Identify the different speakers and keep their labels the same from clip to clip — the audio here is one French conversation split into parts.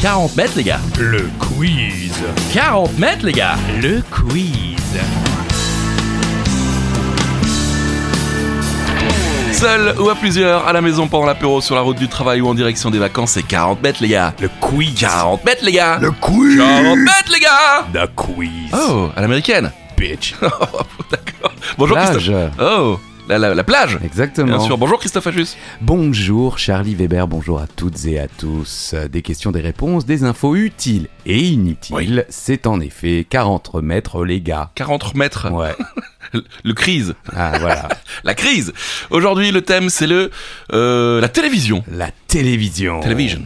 Speaker 1: 40 mètres, les gars.
Speaker 2: Le quiz.
Speaker 1: 40 mètres, les gars.
Speaker 2: Le quiz.
Speaker 1: Seul ou à plusieurs, à la maison pendant l'apéro, sur la route du travail ou en direction des vacances, c'est 40 mètres, les gars.
Speaker 2: Le quiz.
Speaker 1: 40 mètres, les gars.
Speaker 2: Le quiz.
Speaker 1: 40 mètres, les gars.
Speaker 2: The quiz.
Speaker 1: Oh, à l'américaine.
Speaker 2: bitch.
Speaker 1: D'accord. Bonjour, Christophe.
Speaker 3: Plage.
Speaker 1: Oh, la, la- la plage.
Speaker 3: Exactement.
Speaker 1: Bien sûr. Bonjour, Christophe Achus.
Speaker 3: Bonjour Charlie Weber, bonjour à toutes et à tous. Des questions, des réponses, des infos utiles et inutiles.
Speaker 1: Oui.
Speaker 3: C'est en effet 40 mètres les gars.
Speaker 1: 40 mètres.
Speaker 3: Ouais.
Speaker 1: Le crise.
Speaker 3: Ah voilà.
Speaker 1: La crise. Aujourd'hui, le thème, c'est le euh, la télévision.
Speaker 3: La télévision.
Speaker 1: Television.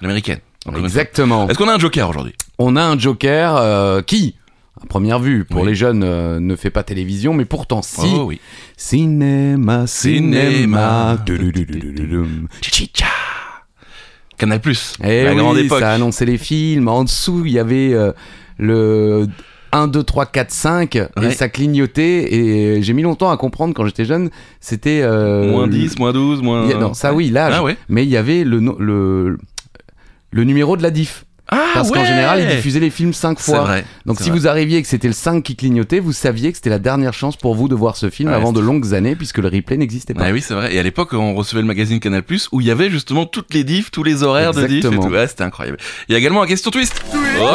Speaker 1: À L'américaine. Encore une
Speaker 3: Exactement.
Speaker 1: fois. Est-ce qu'on a un joker aujourd'hui
Speaker 3: On a un Joker euh, qui, à première vue, pour
Speaker 1: Oui.
Speaker 3: les jeunes, euh, ne fait pas télévision, mais pourtant si.
Speaker 1: Oh oui.
Speaker 3: Cinéma,
Speaker 1: Cinéma.
Speaker 3: cinéma. Du-du-du-du-du-dum.
Speaker 1: Chicha. Canal Plus.
Speaker 3: Eh
Speaker 1: la
Speaker 3: oui,
Speaker 1: grande époque.
Speaker 3: ça annonçait les films. En dessous, il y avait euh, le 1, 2, 3, 4, 5,
Speaker 1: Ouais.
Speaker 3: et ça clignotait. Et j'ai mis longtemps à comprendre quand j'étais jeune, c'était... euh,
Speaker 1: Moins
Speaker 3: le-
Speaker 1: 10, moins 12, moins.
Speaker 3: il y a- non, ça oui, l'âge.
Speaker 1: Ah ouais.
Speaker 3: Mais il y avait le, no- le, le numéro de la diff.
Speaker 1: Ah
Speaker 3: Parce qu'en
Speaker 1: ouais.
Speaker 3: général, ils diffusaient les films 5
Speaker 1: C'est
Speaker 3: fois.
Speaker 1: vrai.
Speaker 3: Donc
Speaker 1: c'est
Speaker 3: si
Speaker 1: vrai.
Speaker 3: vous arriviez et que c'était le 5 qui clignotait, vous saviez que c'était la dernière chance pour vous de voir ce film
Speaker 1: Ouais,
Speaker 3: avant
Speaker 1: c'est-
Speaker 3: de longues années, puisque le replay n'existait pas.
Speaker 1: Ah oui, c'est vrai. Et à l'époque, on recevait le magazine Canal Plus où il y avait justement toutes les diffs, tous les horaires de diffs et
Speaker 3: Exactement.
Speaker 1: tout. Ouais, c'était incroyable. Il y a également un question twist. Oh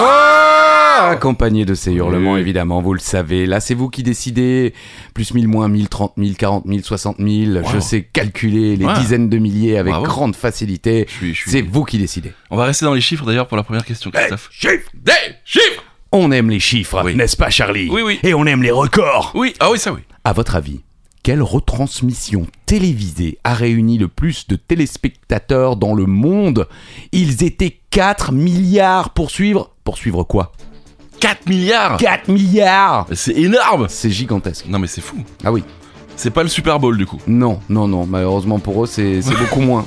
Speaker 3: Accompagné de ces hurlements,
Speaker 1: Oui.
Speaker 3: évidemment, vous le savez. Là, c'est vous qui décidez. Plus 1000, moins 1000, 30 000, 40 000, 60 000.
Speaker 1: Wow.
Speaker 3: Je sais calculer les
Speaker 1: Ouais.
Speaker 3: dizaines de milliers avec
Speaker 1: Bravo.
Speaker 3: grande facilité.
Speaker 1: Je suis, je suis-
Speaker 3: C'est vous qui décidez.
Speaker 1: On va rester dans les chiffres d'ailleurs pour la première question, Christophe.
Speaker 3: chiffres
Speaker 1: Des chiffres
Speaker 3: On aime les chiffres,
Speaker 1: Oui.
Speaker 3: n'est-ce pas, Charlie
Speaker 1: Oui, oui.
Speaker 3: Et on aime les records
Speaker 1: Oui, ah oui, ça oui.
Speaker 3: À votre avis, quelle retransmission télévisée a réuni le plus de téléspectateurs dans le monde Ils étaient 4 milliards pour suivre. Pour suivre quoi
Speaker 1: 4 milliards
Speaker 3: 4 milliards
Speaker 1: C'est énorme
Speaker 3: C'est gigantesque.
Speaker 1: Non mais c'est fou.
Speaker 3: Ah oui.
Speaker 1: C'est pas le Super Bowl du coup.
Speaker 3: Non, non, non, malheureusement pour eux, c'est c'est beaucoup moins.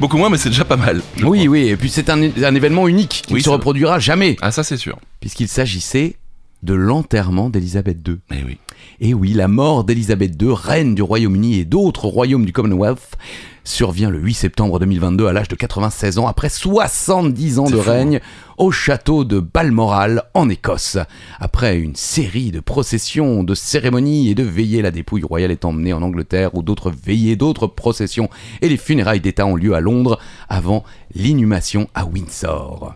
Speaker 1: Beaucoup moins, mais c'est déjà pas mal. je
Speaker 3: oui,
Speaker 1: crois.
Speaker 3: oui, et puis c'est un, un événement unique qui
Speaker 1: Oui,
Speaker 3: ne se
Speaker 1: ça-
Speaker 3: reproduira jamais,
Speaker 1: Ah ça c'est sûr.
Speaker 3: puisqu'il s'agissait de l'enterrement d'Élisabeth II.
Speaker 1: Mais Eh oui.
Speaker 3: Et Eh oui, la mort d'Élisabeth II, reine du Royaume-Uni et d'autres royaumes du Commonwealth, survient le 8 septembre 2022 à l'âge de 96 ans, après 70 ans
Speaker 1: C'est
Speaker 3: de
Speaker 1: fou.
Speaker 3: règne, au château de Balmoral, en Écosse. Après une série de processions, de cérémonies et de veillées, la dépouille royale est emmenée en Angleterre, où d'autres veillées, d'autres processions et les funérailles d'État ont lieu à Londres, avant l'inhumation à Windsor.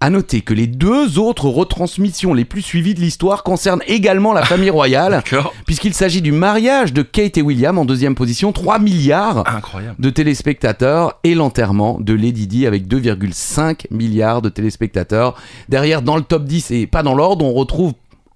Speaker 3: À noter que les deux autres retransmissions les plus suivies de l'histoire concernent également la famille royale,
Speaker 1: D'accord.
Speaker 3: puisqu'il s'agit du mariage de Kate et William en deuxième position, 3 milliards
Speaker 1: Incroyable.
Speaker 3: de téléspectateurs, et l'enterrement de Lady Di avec 2,5 milliards de téléspectateurs. Derrière, dans le top 10 et pas dans l'ordre, on retrouve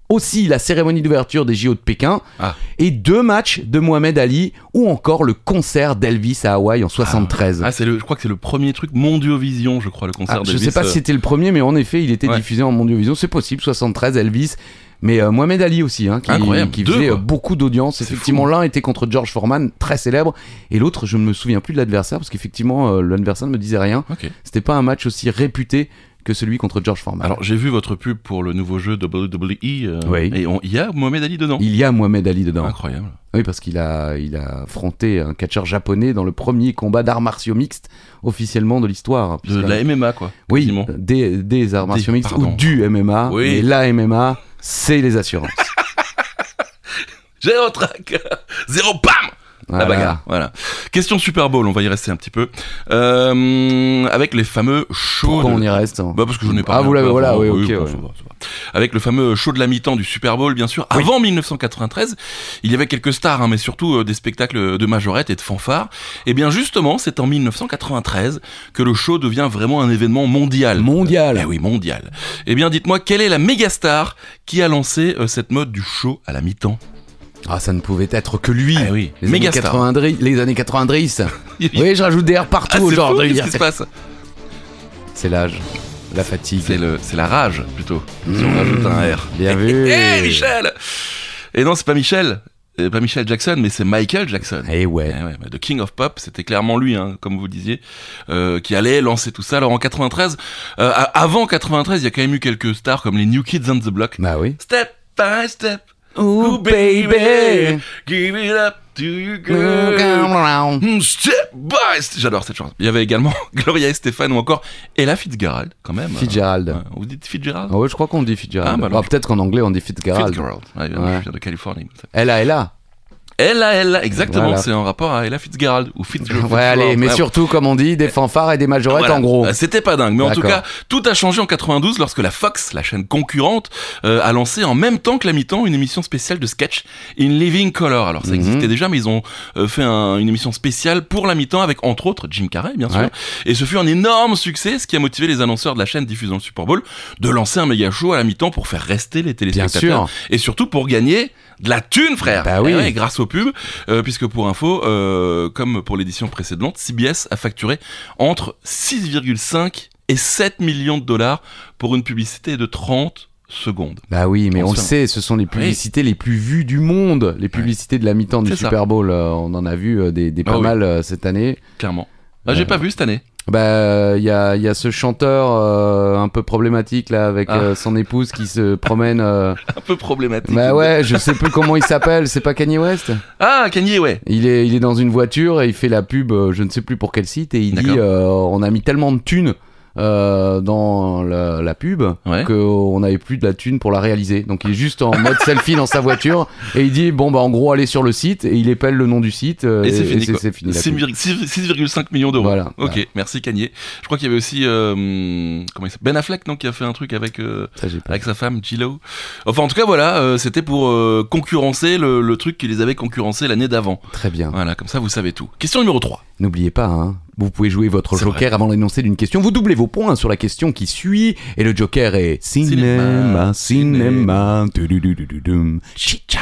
Speaker 3: aussi la cérémonie d'ouverture des JO de Pékin,
Speaker 1: Ah.
Speaker 3: et deux matchs de Mohamed Ali, ou encore le concert d'Elvis à Hawaï en 73.
Speaker 1: Ah c'est le, je crois que c'est le premier truc Mondiovision, je crois, le concert
Speaker 3: Ah,
Speaker 1: de euh,
Speaker 3: je sais pas si c'était le premier, mais en effet, il était
Speaker 1: Ouais.
Speaker 3: diffusé en Mondiovision. C'est possible, 73, Elvis. Mais euh, Mohamed Ali aussi, hein, qui,
Speaker 1: Incroyable,
Speaker 3: qui
Speaker 1: deux,
Speaker 3: faisait
Speaker 1: quoi.
Speaker 3: euh, beaucoup d'audience.
Speaker 1: C'est fou.
Speaker 3: Effectivement, l'un était contre George Foreman, très célèbre, et l'autre, je ne me souviens plus de l'adversaire, parce qu'effectivement, euh, l'adversaire ne me disait rien.
Speaker 1: Ok.
Speaker 3: C'était pas un match aussi réputé que celui contre George Foreman.
Speaker 1: Alors j'ai vu votre pub pour le nouveau jeu WWE euh,
Speaker 3: Oui.
Speaker 1: et on- il y a Mohamed Ali dedans.
Speaker 3: il y a Mohamed Ali dedans.
Speaker 1: Incroyable.
Speaker 3: Oui, parce qu'il a, il a affronté un catcheur japonais dans le premier combat d'arts martiaux mixtes officiellement de l'histoire. hein,
Speaker 1: De
Speaker 3: puisque-
Speaker 1: la MMA quoi.
Speaker 3: Oui,
Speaker 1: quasiment.
Speaker 3: euh, des, des arts martiaux
Speaker 1: Des-
Speaker 3: mixtes
Speaker 1: pardon.
Speaker 3: ou du MMA.
Speaker 1: Oui.
Speaker 3: Mais la MMA, c'est les assurances.
Speaker 1: J'ai un track. Zéro bam.
Speaker 3: Voilà.
Speaker 1: La bagarre, voilà. Question Super Bowl, on va y rester un petit peu. Euh, avec les fameux shows.
Speaker 3: Pourquoi
Speaker 1: de-
Speaker 3: on y reste hein
Speaker 1: Bah parce que je n'ai pas.
Speaker 3: Ah, vous l'avez, voilà, oui, ok, ouais.
Speaker 1: Avec le fameux show de la mi-temps du Super Bowl, bien sûr. Avant 1993, il y avait quelques stars, hein, mais surtout euh, des spectacles de majorette et de fanfare. Et bien justement, c'est en 1993 que le show devient vraiment un événement mondial.
Speaker 3: Mondial.
Speaker 1: Eh oui, mondial. Eh bien, dites-moi, quelle est la méga star qui a lancé euh, cette mode du show à la mi-temps
Speaker 3: Ah, ça ne pouvait être que lui.
Speaker 1: Eh oui,
Speaker 3: Les
Speaker 1: méga
Speaker 3: années,
Speaker 1: star.
Speaker 3: 90, les années 90.
Speaker 1: Il-
Speaker 3: oui, je rajoute des R
Speaker 1: Ah,
Speaker 3: partout
Speaker 1: c'est fou,
Speaker 3: aujourd'hui.
Speaker 1: qu'est-ce qui se passe
Speaker 3: C'est l'âge, la
Speaker 1: C'est
Speaker 3: fatigue.
Speaker 1: le, c'est la rage plutôt. Si on rajoute un R.
Speaker 3: Bien vu.
Speaker 1: Eh Michel Et non, c'est pas Michel, euh, pas Michel Jackson, mais c'est Michael Jackson.
Speaker 3: Eh
Speaker 1: Eh
Speaker 3: ouais.
Speaker 1: ouais, bah, The King of Pop, c'était clairement lui, hein, comme vous disiez, euh, qui allait lancer tout ça. Alors en 93, euh, a- avant 93, il y a quand même eu quelques stars comme les New Kids on the Block.
Speaker 3: Bah oui.
Speaker 1: Step by step,
Speaker 3: Ooh, baby.
Speaker 1: give it up to you, girl. Mm, Step by step. J'adore cette chanson. Il y avait également Gloria Estefan ou encore Ella Fitzgerald, quand même.
Speaker 3: Fitzgerald.
Speaker 1: Ouais, Vous dites Fitzgerald
Speaker 3: Ah ouais, je crois qu'on dit Fitzgerald.
Speaker 1: bah. Ah, bah alors,
Speaker 3: Ah, Peut-être qu'en anglais on dit Fitzgerald.
Speaker 1: Fitzgerald. Ouais,
Speaker 3: Ouais.
Speaker 1: Je viens de Californie.
Speaker 3: Elle a, elle a.
Speaker 1: Ella, Ella, exactement,
Speaker 3: Voilà.
Speaker 1: c'est en rapport à Ella Fitzgerald ou Fitzgerald.
Speaker 3: Ouais, allez, mais
Speaker 1: Ouais,
Speaker 3: surtout, comme on dit, des fanfares et des majorettes
Speaker 1: Voilà.
Speaker 3: en gros.
Speaker 1: Euh, C'était pas dingue, mais en tout
Speaker 3: D'accord.
Speaker 1: cas, tout a changé en 92 lorsque la Fox, la chaîne concurrente, euh, a lancé en même temps que la mi-temps une émission spéciale de sketch In Living Color. Alors ça
Speaker 3: Mhm.
Speaker 1: existait déjà, mais ils ont euh, fait un- une émission spéciale pour la mi-temps avec entre autres Jim Carrey, bien sûr.
Speaker 3: Ouais.
Speaker 1: Et ce fut un énorme succès, ce qui a motivé les annonceurs de la chaîne diffusant le Super Bowl de lancer un méga show à la mi-temps pour faire rester les
Speaker 3: Bien
Speaker 1: téléspectateurs
Speaker 3: sûr.
Speaker 1: et surtout pour gagner de la thune, frère.
Speaker 3: Bah
Speaker 1: Eh
Speaker 3: oui.
Speaker 1: ouais, grâce aux pubs, euh, puisque pour info, euh, comme pour l'édition précédente, CBS a facturé entre 6,5 et 7 millions de dollars pour une publicité de 30 secondes.
Speaker 3: Bah oui, mais on le
Speaker 1: Ensemble.
Speaker 3: sait, ce sont les publicités les plus vues du monde. Les publicités de la mi-temps du
Speaker 1: C'est ça.
Speaker 3: Super Bowl, euh, on en a vu euh, des, des
Speaker 1: Ah
Speaker 3: pas
Speaker 1: oui.
Speaker 3: mal euh, cette année.
Speaker 1: Clairement. Ah, j'ai
Speaker 3: Ouais.
Speaker 1: pas vu cette année.
Speaker 3: Bah, il y a, il y a ce chanteur euh, un peu problématique là avec
Speaker 1: Ah.
Speaker 3: euh, son épouse qui se promène. euh,
Speaker 1: Un peu problématique.
Speaker 3: Bah ouais, je sais plus comment il s'appelle, c'est pas Kanye West
Speaker 1: Ah, Kanye, ouais.
Speaker 3: il est, il est dans une voiture et il fait la pub, euh, je ne sais plus pour quel site, et il dit
Speaker 1: D'accord.
Speaker 3: euh, on a mis tellement de thunes euh, dans la, la pub
Speaker 1: Ouais.
Speaker 3: qu'on n'avait plus de la thune pour la réaliser. Donc il est juste en mode selfie dans sa voiture et il dit bon bah en gros allez sur le site et il épelle le nom du site euh,
Speaker 1: Et c'est fini, quoi.
Speaker 3: c'est fini. la pub.
Speaker 1: 6,5 6,5 millions d'euros.
Speaker 3: Voilà.
Speaker 1: Ok,
Speaker 3: Voilà.
Speaker 1: merci Kanye. Je crois qu'il y avait aussi euh, hum, comment il s'appelle Ben Affleck, non, qui a fait un truc avec euh,
Speaker 3: Ça, j'ai pas-
Speaker 1: avec sa femme Gillo. Enfin, en tout cas, voilà, euh, c'était pour euh, concurrencer le, le truc qui les avait concurrencés l'année d'avant.
Speaker 3: Très bien.
Speaker 1: Voilà, comme ça, vous savez tout. Question numéro 3.
Speaker 3: N'oubliez pas, hein, vous pouvez jouer votre
Speaker 1: C'est
Speaker 3: joker avant l'énoncé d'une question. Vous doublez vos points sur la question qui suit et le joker est
Speaker 1: Cinéma,
Speaker 3: cinéma, cinéma. tududududum, chicha.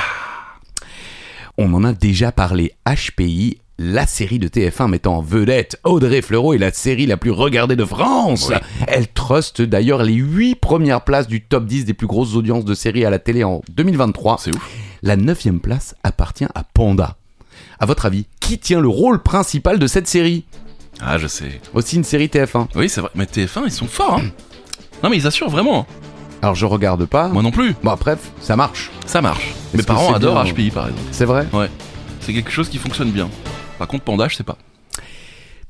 Speaker 3: On en a déjà parlé. HPI, la série de TF1 mettant en vedette Audrey Fleurot est la série la plus regardée de France. Elle truste d'ailleurs les 8 premières places du top 10 des plus grosses audiences de séries à la télé en 2023.
Speaker 1: C'est ouf.
Speaker 3: La neuvième place appartient à Panda. À votre avis, qui tient le rôle principal de cette série
Speaker 1: Ah, je sais.
Speaker 3: Aussi une série TF1.
Speaker 1: Oui, c'est vrai. Mais TF1, ils sont forts, hein. Non, mais ils assurent vraiment. hein.
Speaker 3: Alors je regarde pas.
Speaker 1: Moi non plus.
Speaker 3: Bon, bref, ça marche.
Speaker 1: Ça marche.
Speaker 3: Est-ce
Speaker 1: Mes
Speaker 3: que
Speaker 1: parents
Speaker 3: c'est
Speaker 1: adorent
Speaker 3: bien hein
Speaker 1: HPI, par exemple.
Speaker 3: C'est vrai
Speaker 1: C'est quelque chose qui fonctionne bien. Par contre, Panda, je sais pas.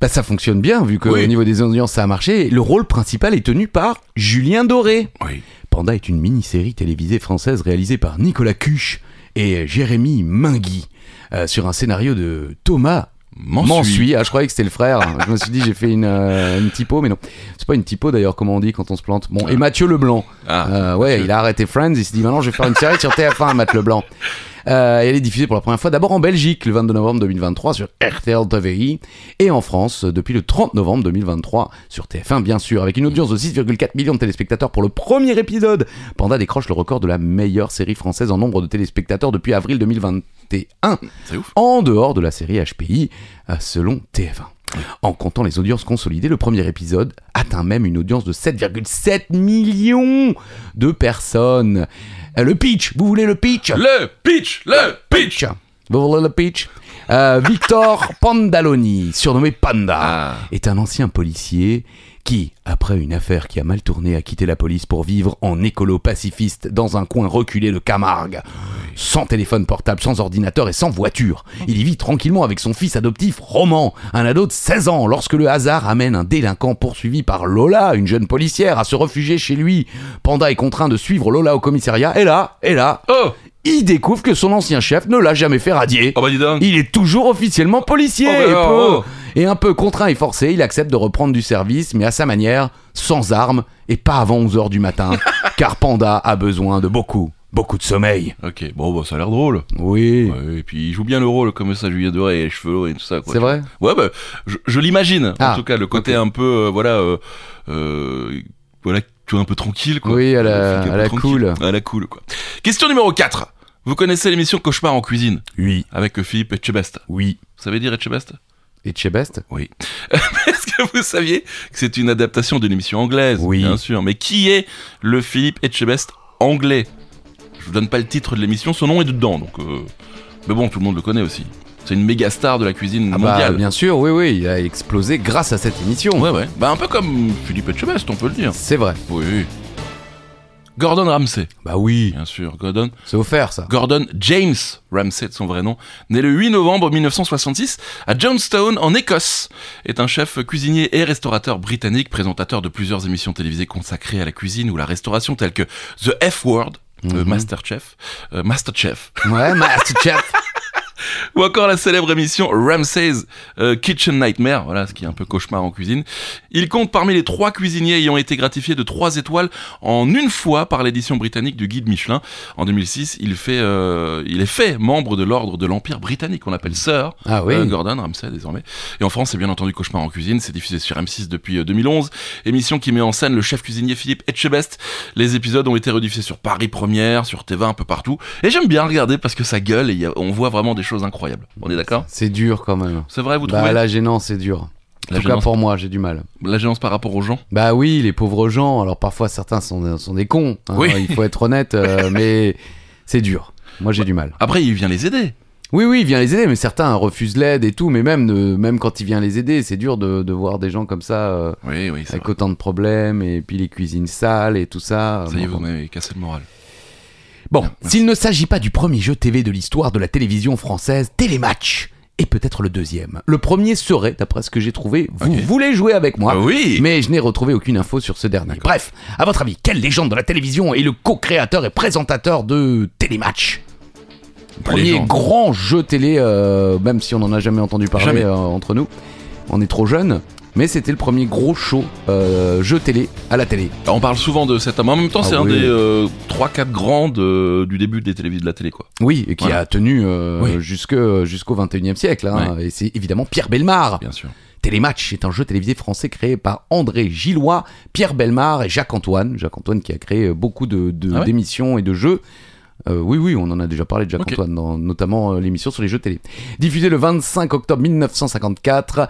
Speaker 3: Bah ça fonctionne bien vu que
Speaker 1: Oui.
Speaker 3: au niveau des audiences ça a marché. Le rôle principal est tenu par Julien Doré.
Speaker 1: Oui.
Speaker 3: Panda est une mini-série télévisée française réalisée par Nicolas Cuche et Jérémy Mingui euh, sur un scénario de Thomas
Speaker 1: M'en suis.
Speaker 3: Mansuy. Ah, je croyais que c'était le frère. je me suis dit j'ai fait une, euh, une typo, mais non. C'est pas une typo d'ailleurs, comment on dit quand on se plante. Bon, et Mathieu Leblanc.
Speaker 1: Ah,
Speaker 3: Euh, ouais, il a arrêté Friends, il s'est dit maintenant je vais faire une série sur TF1 Matt Leblanc. Euh, et elle est diffusée pour la première fois d'abord en Belgique le 22 novembre 2023 sur RTL TVI et en France euh, depuis le 30 novembre 2023 sur TF1 bien sûr avec une audience de 6,4 millions de téléspectateurs pour le premier épisode. Panda décroche le record de la meilleure série française en nombre de téléspectateurs depuis avril 2021
Speaker 1: c'est ouf.
Speaker 3: en dehors de la série HPI, euh, selon TF1. En comptant les audiences consolidées, le premier épisode atteint même une audience de 7,7 millions de personnes. Euh, Le pitch, vous voulez le pitch
Speaker 1: Le pitch Le pitch
Speaker 3: Pitch. Vous voulez le pitch Euh, Victor Pandaloni, surnommé Panda
Speaker 1: Ah.
Speaker 3: est un ancien policier qui, après une affaire qui a mal tourné, a quitté la police pour vivre en écolo pacifiste dans un coin reculé de Camargue. Sans téléphone portable, sans ordinateur et sans voiture. Il y vit tranquillement avec son fils adoptif Roman, un ado de 16 ans, lorsque le hasard amène un délinquant poursuivi par Lola, une jeune policière, à se réfugier chez lui. Panda est contraint de suivre Lola au commissariat et là, et là,
Speaker 1: Oh
Speaker 3: il découvre que son ancien chef ne l'a jamais fait radier.
Speaker 1: Oh bah dis donc
Speaker 3: Il est toujours officiellement policier.
Speaker 1: Oh, bah
Speaker 3: et,
Speaker 1: alors,
Speaker 3: peu- et un peu contraint et forcé, il accepte de reprendre du service, mais à sa manière, sans armes et pas avant 11h du matin, car Panda a besoin de beaucoup, beaucoup de sommeil.
Speaker 1: Ok, bon, bah ça a l'air drôle.
Speaker 3: Oui.
Speaker 1: Ouais, et puis il joue bien le rôle, comme ça, Julien Doré et les cheveux longs et tout ça. quoi.
Speaker 3: C'est vrai
Speaker 1: Ouais, bah, je, je l'imagine.
Speaker 3: Ah,
Speaker 1: en tout cas, le côté
Speaker 3: ok.
Speaker 1: un peu, euh, voilà, euh, euh, voilà, tu vois, un peu tranquille, quoi.
Speaker 3: Oui, à la-
Speaker 1: Un truc un
Speaker 3: à
Speaker 1: peu
Speaker 3: la
Speaker 1: tranquille.
Speaker 3: cool.
Speaker 1: À la cool, quoi. Question numéro 4. Vous connaissez l'émission Cauchemar en cuisine
Speaker 3: Oui.
Speaker 1: avec Philippe Etchebest.
Speaker 3: Oui.
Speaker 1: Vous savez dire Etchebest
Speaker 3: Et Chebest
Speaker 1: Oui. Est-ce que vous saviez que c'est une adaptation d'une émission anglaise
Speaker 3: Oui.
Speaker 1: Bien sûr. Mais qui est le Philippe Etchebest anglais Je vous donne pas le titre de l'émission, son nom est dedans, donc. euh, Mais bon, tout le monde le connaît aussi. C'est une méga star de la cuisine
Speaker 3: Ah bah,
Speaker 1: mondiale.
Speaker 3: bien sûr, oui, oui, il a explosé grâce à cette émission.
Speaker 1: Ouais, ouais. Bah, un peu comme Philippe Etchebest, on peut le dire.
Speaker 3: C'est vrai.
Speaker 1: Oui. Gordon Ramsay,
Speaker 3: Bah oui,
Speaker 1: bien sûr, Gordon.
Speaker 3: c'est offert ça.
Speaker 1: Gordon James Ramsay de son vrai nom, né le 8 novembre 1966 à Johnstone en Écosse, est un chef cuisinier et restaurateur britannique, présentateur de plusieurs émissions télévisées consacrées à la cuisine ou la restauration telles que The F Word, euh,
Speaker 3: Mhm.
Speaker 1: Masterchef, euh, Masterchef,
Speaker 3: Ouais, Masterchef.
Speaker 1: ou encore la célèbre émission Ramsay's euh, Kitchen Nightmare, voilà, ce qui est un peu cauchemar en cuisine. Il compte parmi les trois cuisiniers ayant été gratifiés de trois étoiles en une fois par l'édition britannique du guide Michelin. En 2006, il, fait, euh, il est fait membre de l'ordre de l'Empire britannique, on l'appelle Sir.
Speaker 3: Ah oui.
Speaker 1: euh, Gordon Ramsay désormais. Et en France, c'est bien entendu Cauchemar en cuisine, c'est diffusé sur M6 depuis euh, 2011, émission qui met en scène le chef cuisinier Philippe Etchebest. Les épisodes ont été rediffusés sur Paris Première, sur TV un peu partout. Et j'aime bien regarder parce que ça gueule et il y a- on voit vraiment des choses incroyables. On est d'accord
Speaker 3: c'est dur quand même.
Speaker 1: C'est vrai, vous
Speaker 3: bah
Speaker 1: trouvez
Speaker 3: la gênance, c'est dur. En
Speaker 1: la,
Speaker 3: tout cas
Speaker 1: gênance,
Speaker 3: pour moi, j'ai du mal.
Speaker 1: la gênance par rapport aux gens
Speaker 3: Bah oui, les pauvres gens. Alors parfois certains sont, sont des cons. hein,
Speaker 1: Oui.
Speaker 3: Il faut être honnête, euh, mais c'est dur. Moi j'ai du mal.
Speaker 1: Après, il vient les aider.
Speaker 3: Oui, oui, il vient les aider, mais certains refusent l'aide et tout. Mais même, de- même quand il vient les aider, c'est dur de, de voir des gens comme ça euh,
Speaker 1: Oui, oui, c'est
Speaker 3: avec
Speaker 1: vrai.
Speaker 3: autant de problèmes et puis les cuisines sales et tout ça.
Speaker 1: Ça y est,
Speaker 3: Bon,
Speaker 1: vous m'avez cassé le moral.
Speaker 3: Bon,
Speaker 1: Merci.
Speaker 3: s'il ne s'agit pas du premier jeu TV de l'histoire de la télévision française, Télématch et peut-être le deuxième. Le premier serait, d'après ce que j'ai trouvé, vous
Speaker 1: Ok.
Speaker 3: voulez jouer avec moi
Speaker 1: Ah oui
Speaker 3: mais je n'ai retrouvé aucune info sur ce dernier. Bref, à votre avis, quelle légende de la télévision est le co-créateur et présentateur de Télématch Premier
Speaker 1: Légende.
Speaker 3: grand jeu télé, euh, même si on n'en a jamais entendu parler
Speaker 1: Jamais.
Speaker 3: euh, entre nous. On est trop jeunes, mais c'était le premier gros show euh, jeu télé à la télé.
Speaker 1: On parle souvent de cet homme. En même temps,
Speaker 3: Ah
Speaker 1: c'est un
Speaker 3: oui.
Speaker 1: des euh, trois, quatre grands de- du début des télévisions de la télé, quoi.
Speaker 3: Oui, et qui
Speaker 1: Voilà.
Speaker 3: a tenu euh,
Speaker 1: Oui.
Speaker 3: jusque jusqu'au 21e siècle. hein. Et c'est évidemment Pierre Belmar.
Speaker 1: Bien sûr.
Speaker 3: Télématch est un jeu télévisé français créé par André Gillois, Pierre Belmar et Jacques Antoine. Jacques Antoine qui a créé beaucoup de, de-
Speaker 1: Ah ouais
Speaker 3: d'émissions et de jeux. Euh, oui, oui, on en a déjà parlé de Jacques
Speaker 1: Ok.
Speaker 3: Antoine, dans notamment euh, l'émission sur les jeux télé. Diffusé le 25 octobre 1954,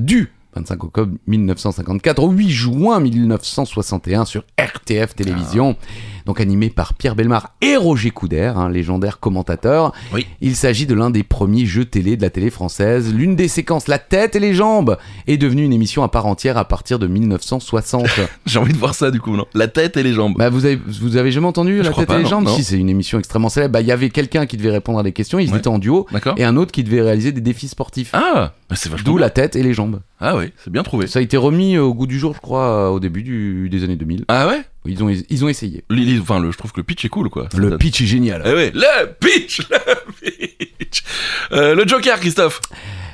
Speaker 3: du 25 octobre 1954 au 8 juin 1961 sur RTF Télévision.
Speaker 1: Ah.
Speaker 3: Donc animé par Pierre Belmar et Roger Coudert, un légendaire commentateur.
Speaker 1: Oui.
Speaker 3: Il s'agit de l'un des premiers jeux télé de la télé française. L'une des séquences, La tête et les jambes, est devenue une émission à part entière à partir de 1960.
Speaker 1: J'ai envie de voir ça, du coup, non La tête et les jambes.
Speaker 3: bah, vous, avez, vous avez jamais entendu
Speaker 1: Je
Speaker 3: La
Speaker 1: crois
Speaker 3: tête
Speaker 1: pas,
Speaker 3: et les
Speaker 1: non,
Speaker 3: jambes
Speaker 1: non.
Speaker 3: Si, c'est une émission extrêmement célèbre. Bah, Il y avait quelqu'un qui devait répondre à des questions, ils
Speaker 1: Ouais.
Speaker 3: étaient en duo,
Speaker 1: D'accord
Speaker 3: et un autre qui devait réaliser des défis sportifs.
Speaker 1: Ah bah, C'est vachement
Speaker 3: D'où
Speaker 1: bien.
Speaker 3: la tête et les jambes.
Speaker 1: Ah oui, c'est bien trouvé.
Speaker 3: Ça a été remis au goût du jour, je crois, euh, au début du- des années 2000.
Speaker 1: Ah ouais
Speaker 3: Ils ont, ils ont essayé.
Speaker 1: Li- li- Enfin, le- je trouve que le pitch est cool, quoi. Ça
Speaker 3: Le
Speaker 1: donne-
Speaker 3: pitch est génial.
Speaker 1: Eh oui, le pitch Le pitch Euh, Le Joker, Christophe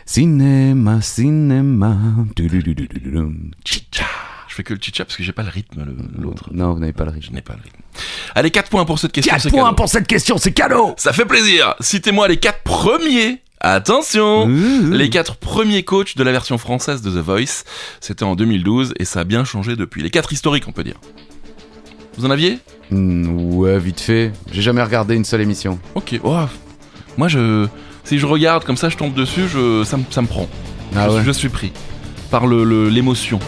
Speaker 3: Cinéma, cinéma. Du-du-du-du-du-du-dum.
Speaker 1: Chicha Ah, Je fais que le chicha parce que j'ai pas le rythme, le- l'autre.
Speaker 3: Non, vous n'avez pas le
Speaker 1: Je
Speaker 3: rythme.
Speaker 1: n'ai pas le rythme. Allez, 4 points pour cette question.
Speaker 3: 4
Speaker 1: c'est
Speaker 3: points
Speaker 1: cadeau.
Speaker 3: pour cette question, c'est cadeau
Speaker 1: Ça fait plaisir Citez-moi les 4 premiers
Speaker 3: Mmh.
Speaker 1: Attention Les quatre premiers coachs de la version française de The Voice, c'était en 2012 et ça a bien changé depuis. Les quatre historiques, on peut dire. Vous en aviez
Speaker 3: Hmm, ouais, vite fait. J'ai jamais regardé une seule émission.
Speaker 1: Ok. Oh, moi, je, si je regarde comme ça, je tombe dessus, je, ça, me- ça me prend.
Speaker 3: Ah
Speaker 1: je,
Speaker 3: ouais.
Speaker 1: je suis pris par le- le- l'émotion.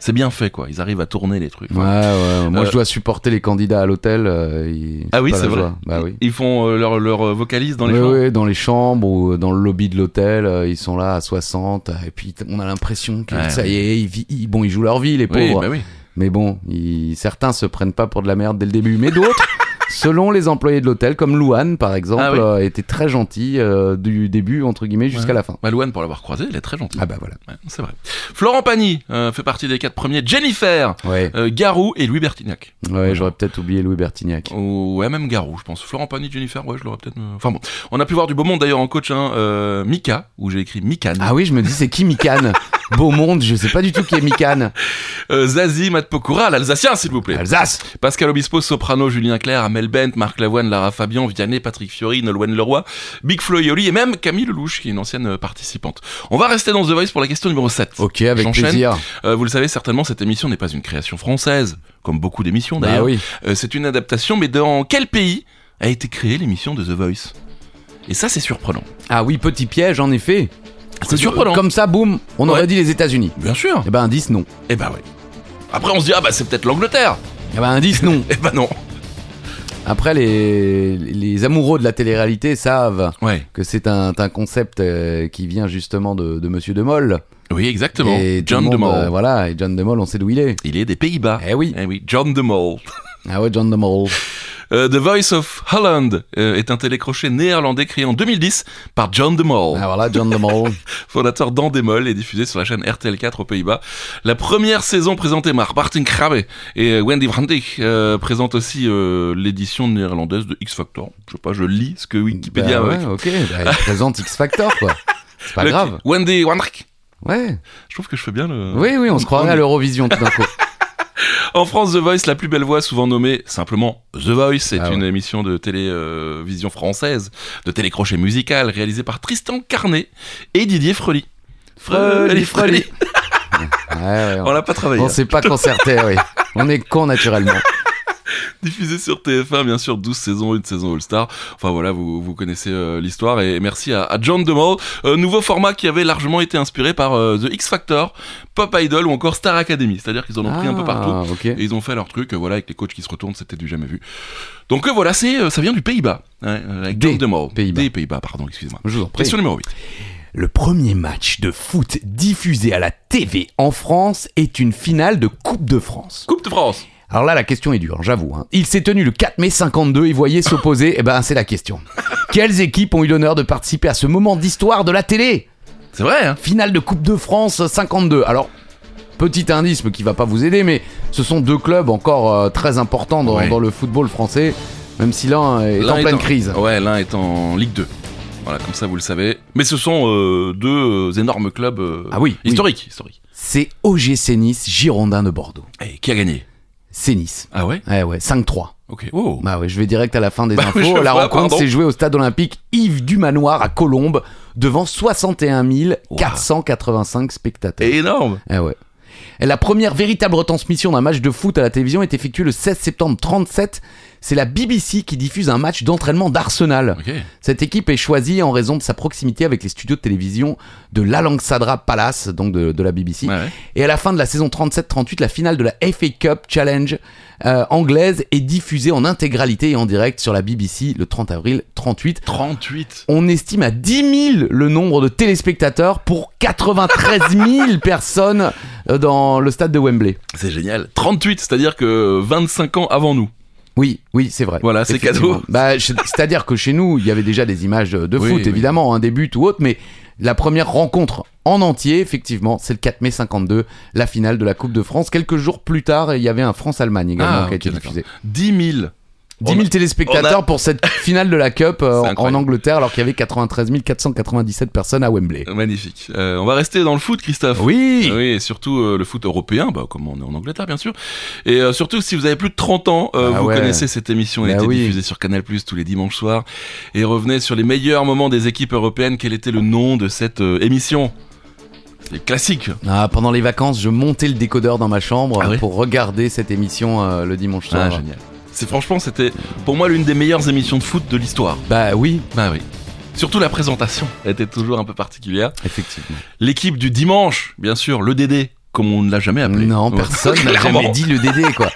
Speaker 1: C'est bien fait, quoi. Ils arrivent à tourner les trucs.
Speaker 3: Ouais, ouais. Moi,
Speaker 1: Euh,
Speaker 3: je dois supporter les candidats à l'hôtel. euh, ils-
Speaker 1: Ah oui,
Speaker 3: pas la
Speaker 1: c'est vrai.
Speaker 3: joie. Bah oui.
Speaker 1: Ils font euh, leur, leur euh, vocalise dans les
Speaker 3: Ouais,
Speaker 1: chambres.
Speaker 3: ouais, dans les chambres ou euh, dans le lobby de l'hôtel, euh, ils sont là à 60 et puis t- on a l'impression que
Speaker 1: Ouais,
Speaker 3: ça y est, ils, vi- ils- bon, ils jouent leur vie les
Speaker 1: Oui,
Speaker 3: pauvres.
Speaker 1: bah oui.
Speaker 3: Mais bon, ils- certains se prennent pas pour de la merde dès le début, mais d'autres, selon les employés de l'hôtel, comme Louane par exemple,
Speaker 1: Ah oui.
Speaker 3: euh, était très gentil euh, du début entre guillemets jusqu'à la fin.
Speaker 1: Bah, Louane, pour l'avoir croisé, elle est très gentille.
Speaker 3: Ah bah voilà.
Speaker 1: Ouais, c'est vrai. Florent Pagny euh, fait partie des quatre premiers. Jennifer,
Speaker 3: Ouais,
Speaker 1: euh, Garou et Louis Bertignac.
Speaker 3: ouais, j'aurais peut-être oublié Louis Bertignac.
Speaker 1: Oh, ouais, même Garou, je pense. Florent Pagny, Jennifer, ouais, je l'aurais peut-être. euh, Enfin bon. On a pu voir du beau monde d'ailleurs en coach, hein, euh, Mika, où j'ai écrit Mikan.
Speaker 3: Ah oui, je me dis c'est qui Micane Beau monde, je sais pas du tout qui est Micane.
Speaker 1: Euh, Zazie, Matt Pokora, l'Alsacien, s'il vous plaît.
Speaker 3: Alsace.
Speaker 1: Pascal Obispo, Soprano, Julien Clerc, Amel Bent, Marc Lavoine, Lara Fabian, Vianney, Patrick Fiori, Nolwenn Leroy, Big Flo et Oli, et même Camille Lelouch, qui est une ancienne euh, participante. On va rester dans The Voice pour la question numéro 7.
Speaker 3: Ok, avec
Speaker 1: J'enchaîne.
Speaker 3: plaisir.
Speaker 1: Euh, vous le savez certainement, cette émission n'est pas une création française, comme beaucoup d'émissions
Speaker 3: Bah
Speaker 1: d'ailleurs.
Speaker 3: oui.
Speaker 1: Euh, c'est une adaptation, mais dans quel pays a été créée l'émission de The Voice Et ça, c'est surprenant.
Speaker 3: Ah oui, petit piège en effet.
Speaker 1: C'est surprenant.
Speaker 3: Ah, Comme ça, boum, on
Speaker 1: Ouais.
Speaker 3: aurait dit les États-Unis.
Speaker 1: Bien sûr.
Speaker 3: Eh ben indice non.
Speaker 1: Eh ben ouais. Après, on se dit, ah bah c'est peut-être l'Angleterre.
Speaker 3: Eh ben indice non.
Speaker 1: Eh ben non.
Speaker 3: Après les les amoureux de la télé-réalité savent
Speaker 1: Ouais.
Speaker 3: que c'est un, un concept euh, qui vient justement de, de Monsieur De Mol.
Speaker 1: Oui, exactement.
Speaker 3: Et tout
Speaker 1: John
Speaker 3: le monde,
Speaker 1: DeMol.
Speaker 3: euh, voilà, et John De Mol, on sait d'où il est.
Speaker 1: Il est des Pays-Bas.
Speaker 3: Eh oui.
Speaker 1: Eh oui, John DeMol.
Speaker 3: Ah ouais, John Dummel.
Speaker 1: Euh, The Voice of Holland euh, est un télécrochet néerlandais créé en 2010 par John de Mol,
Speaker 3: Ah voilà, John Dummel.
Speaker 1: fondateur d'Andemol et diffusé sur la chaîne RTL4 aux Pays-Bas. La première saison présentée par Martin Krabbe et euh, Wendy Van Dijk euh, présente aussi euh, l'édition néerlandaise de X Factor. Je sais pas, je lis ce que Wikipédia
Speaker 3: Bah
Speaker 1: m'a
Speaker 3: ouais, ok. bah, il présente X Factor, quoi. C'est pas
Speaker 1: Le-
Speaker 3: grave.
Speaker 1: Wendy Van Dijk.
Speaker 3: Ouais.
Speaker 1: Je trouve que je fais bien le...
Speaker 3: Oui, oui, on se croirait à l'Eurovision tout d'un coup.
Speaker 1: En France, The Voice, la plus belle voix, souvent nommée simplement The Voice, c'est
Speaker 3: Ah ouais.
Speaker 1: une émission de télévision française, de télécrochet musical, réalisée par Tristan Carnet et Didier Freli. Freli,
Speaker 3: Freli, Freli.
Speaker 1: Freli.
Speaker 3: Ouais, ouais,
Speaker 1: On l'a pas travaillé.
Speaker 3: On s'est pas concerté, oui. On est con naturellement.
Speaker 1: Diffusé sur TF1, bien sûr, 12 saisons, une saison All-Star. Enfin voilà, vous, vous connaissez euh, l'histoire et merci à, à John DeMol. Euh, nouveau format qui avait largement été inspiré par euh, The X Factor, Pop Idol ou encore Star Academy. C'est-à-dire qu'ils en ont pris un peu partout.
Speaker 3: Ah, ok.
Speaker 1: Et ils ont fait leur truc, euh, voilà, avec les coachs qui se retournent, c'était du jamais vu. Donc euh, voilà, c'est, euh, ça vient du Pays-Bas. hein, euh, avec
Speaker 3: Des
Speaker 1: John de Mol.
Speaker 3: Pays-Bas.
Speaker 1: Des Pays-Bas, pardon, excusez-moi.
Speaker 3: Je vous en prie.
Speaker 1: Question numéro 8.
Speaker 3: Le premier match de foot diffusé à la TV en France est une finale de Coupe de France.
Speaker 1: Coupe de France.
Speaker 3: Alors là, la question est dure, j'avoue. hein. Il s'est tenu le 4 mai 52 et voyait s'opposer, eh ben c'est la question. Quelles équipes ont eu l'honneur de participer à ce moment d'histoire de la télé
Speaker 1: C'est vrai, hein
Speaker 3: Finale de Coupe de France 52. Alors, petit indice mais qui va pas vous aider, mais ce sont deux clubs encore euh, très importants dans,
Speaker 1: Ouais.
Speaker 3: dans le football français, même si l'un est
Speaker 1: L'un
Speaker 3: en
Speaker 1: est
Speaker 3: pleine crise.
Speaker 1: Ouais, l'un est en Ligue 2. Voilà, comme ça vous le savez. Mais ce sont euh, deux euh, énormes clubs euh,
Speaker 3: Ah oui, oui.
Speaker 1: historiques. historiques.
Speaker 3: C'est OGC Nice, Girondin de Bordeaux.
Speaker 1: Et qui a gagné
Speaker 3: C'est Nice.
Speaker 1: Ah ouais
Speaker 3: Ouais, ouais, 5-3.
Speaker 1: Ok. Oh.
Speaker 3: Bah ouais, je vais direct à la fin des
Speaker 1: Bah oui,
Speaker 3: infos.
Speaker 1: je
Speaker 3: La
Speaker 1: vois,
Speaker 3: rencontre
Speaker 1: pardon.
Speaker 3: s'est jouée au stade olympique Yves du Manoir à Colombes devant 61 485 spectateurs.
Speaker 1: Énorme
Speaker 3: Eh ouais. Et la première véritable retransmission d'un match de foot à la télévision est effectuée le 16 septembre 37. C'est la BBC qui diffuse un match d'entraînement d'Arsenal.
Speaker 1: Ok.
Speaker 3: Cette équipe est choisie en raison de sa proximité avec les studios de télévision de l'Alangsandra Palace, donc de, de la BBC.
Speaker 1: Ouais, ouais.
Speaker 3: Et à la fin de la saison 37-38, la finale de la FA Cup Challenge euh, anglaise est diffusée en intégralité et en direct sur la BBC le 30 avril 38.
Speaker 1: 38.
Speaker 3: On estime à 10 000 le nombre de téléspectateurs pour 93 000 personnes euh, dans le stade de Wembley.
Speaker 1: C'est génial. 38, c'est-à-dire que 25 ans avant nous.
Speaker 3: Oui, oui, c'est vrai.
Speaker 1: Voilà, c'est
Speaker 3: Effectivement.
Speaker 1: cadeau.
Speaker 3: Bah, je- C'est-à-dire que chez nous, il y avait déjà des images de
Speaker 1: Oui,
Speaker 3: foot,
Speaker 1: oui.
Speaker 3: évidemment, hein, des buts ou autre, mais la première rencontre en entier, effectivement, c'est le 4 mai 52, la finale de la Coupe de France. Quelques jours plus tard, il y avait un France-Allemagne également
Speaker 1: Ah,
Speaker 3: qui
Speaker 1: ok,
Speaker 3: a été
Speaker 1: d'accord.
Speaker 3: diffusé.
Speaker 1: 10 000.
Speaker 3: 10 000 téléspectateurs pour cette finale de la Cup euh,
Speaker 1: C'est
Speaker 3: en- en
Speaker 1: incroyable.
Speaker 3: Angleterre, alors qu'il y avait 93 497 personnes à Wembley.
Speaker 1: Magnifique. Euh, on va rester dans le foot, Christophe.
Speaker 3: Oui
Speaker 1: Oui, et surtout euh, le foot européen, bah, comme on est en Angleterre bien sûr. Et euh, surtout si vous avez plus de 30 ans, euh,
Speaker 3: Ah
Speaker 1: vous
Speaker 3: ouais.
Speaker 1: connaissez cette émission, elle
Speaker 3: Bah
Speaker 1: était
Speaker 3: oui.
Speaker 1: diffusée sur Canal Plus tous les dimanches soirs et revenait sur les meilleurs moments des équipes européennes. Quel était le nom de cette euh, émission C'est classique.
Speaker 3: Ah, pendant les vacances, je montais le décodeur dans ma chambre
Speaker 1: Ah
Speaker 3: euh,
Speaker 1: oui
Speaker 3: pour regarder cette émission euh, le dimanche soir.
Speaker 1: Ah, génial. C'est franchement c'était pour moi l'une des meilleures émissions de foot de l'histoire.
Speaker 3: bah oui,
Speaker 1: Bah oui. Surtout la présentation était toujours un peu particulière.
Speaker 3: effectivement.
Speaker 1: L'équipe du dimanche, bien sûr, le DD comme on ne l'a jamais appelé.
Speaker 3: Non,
Speaker 1: Ouais.
Speaker 3: personne n'a
Speaker 1: Clairement.
Speaker 3: jamais dit le DD, quoi.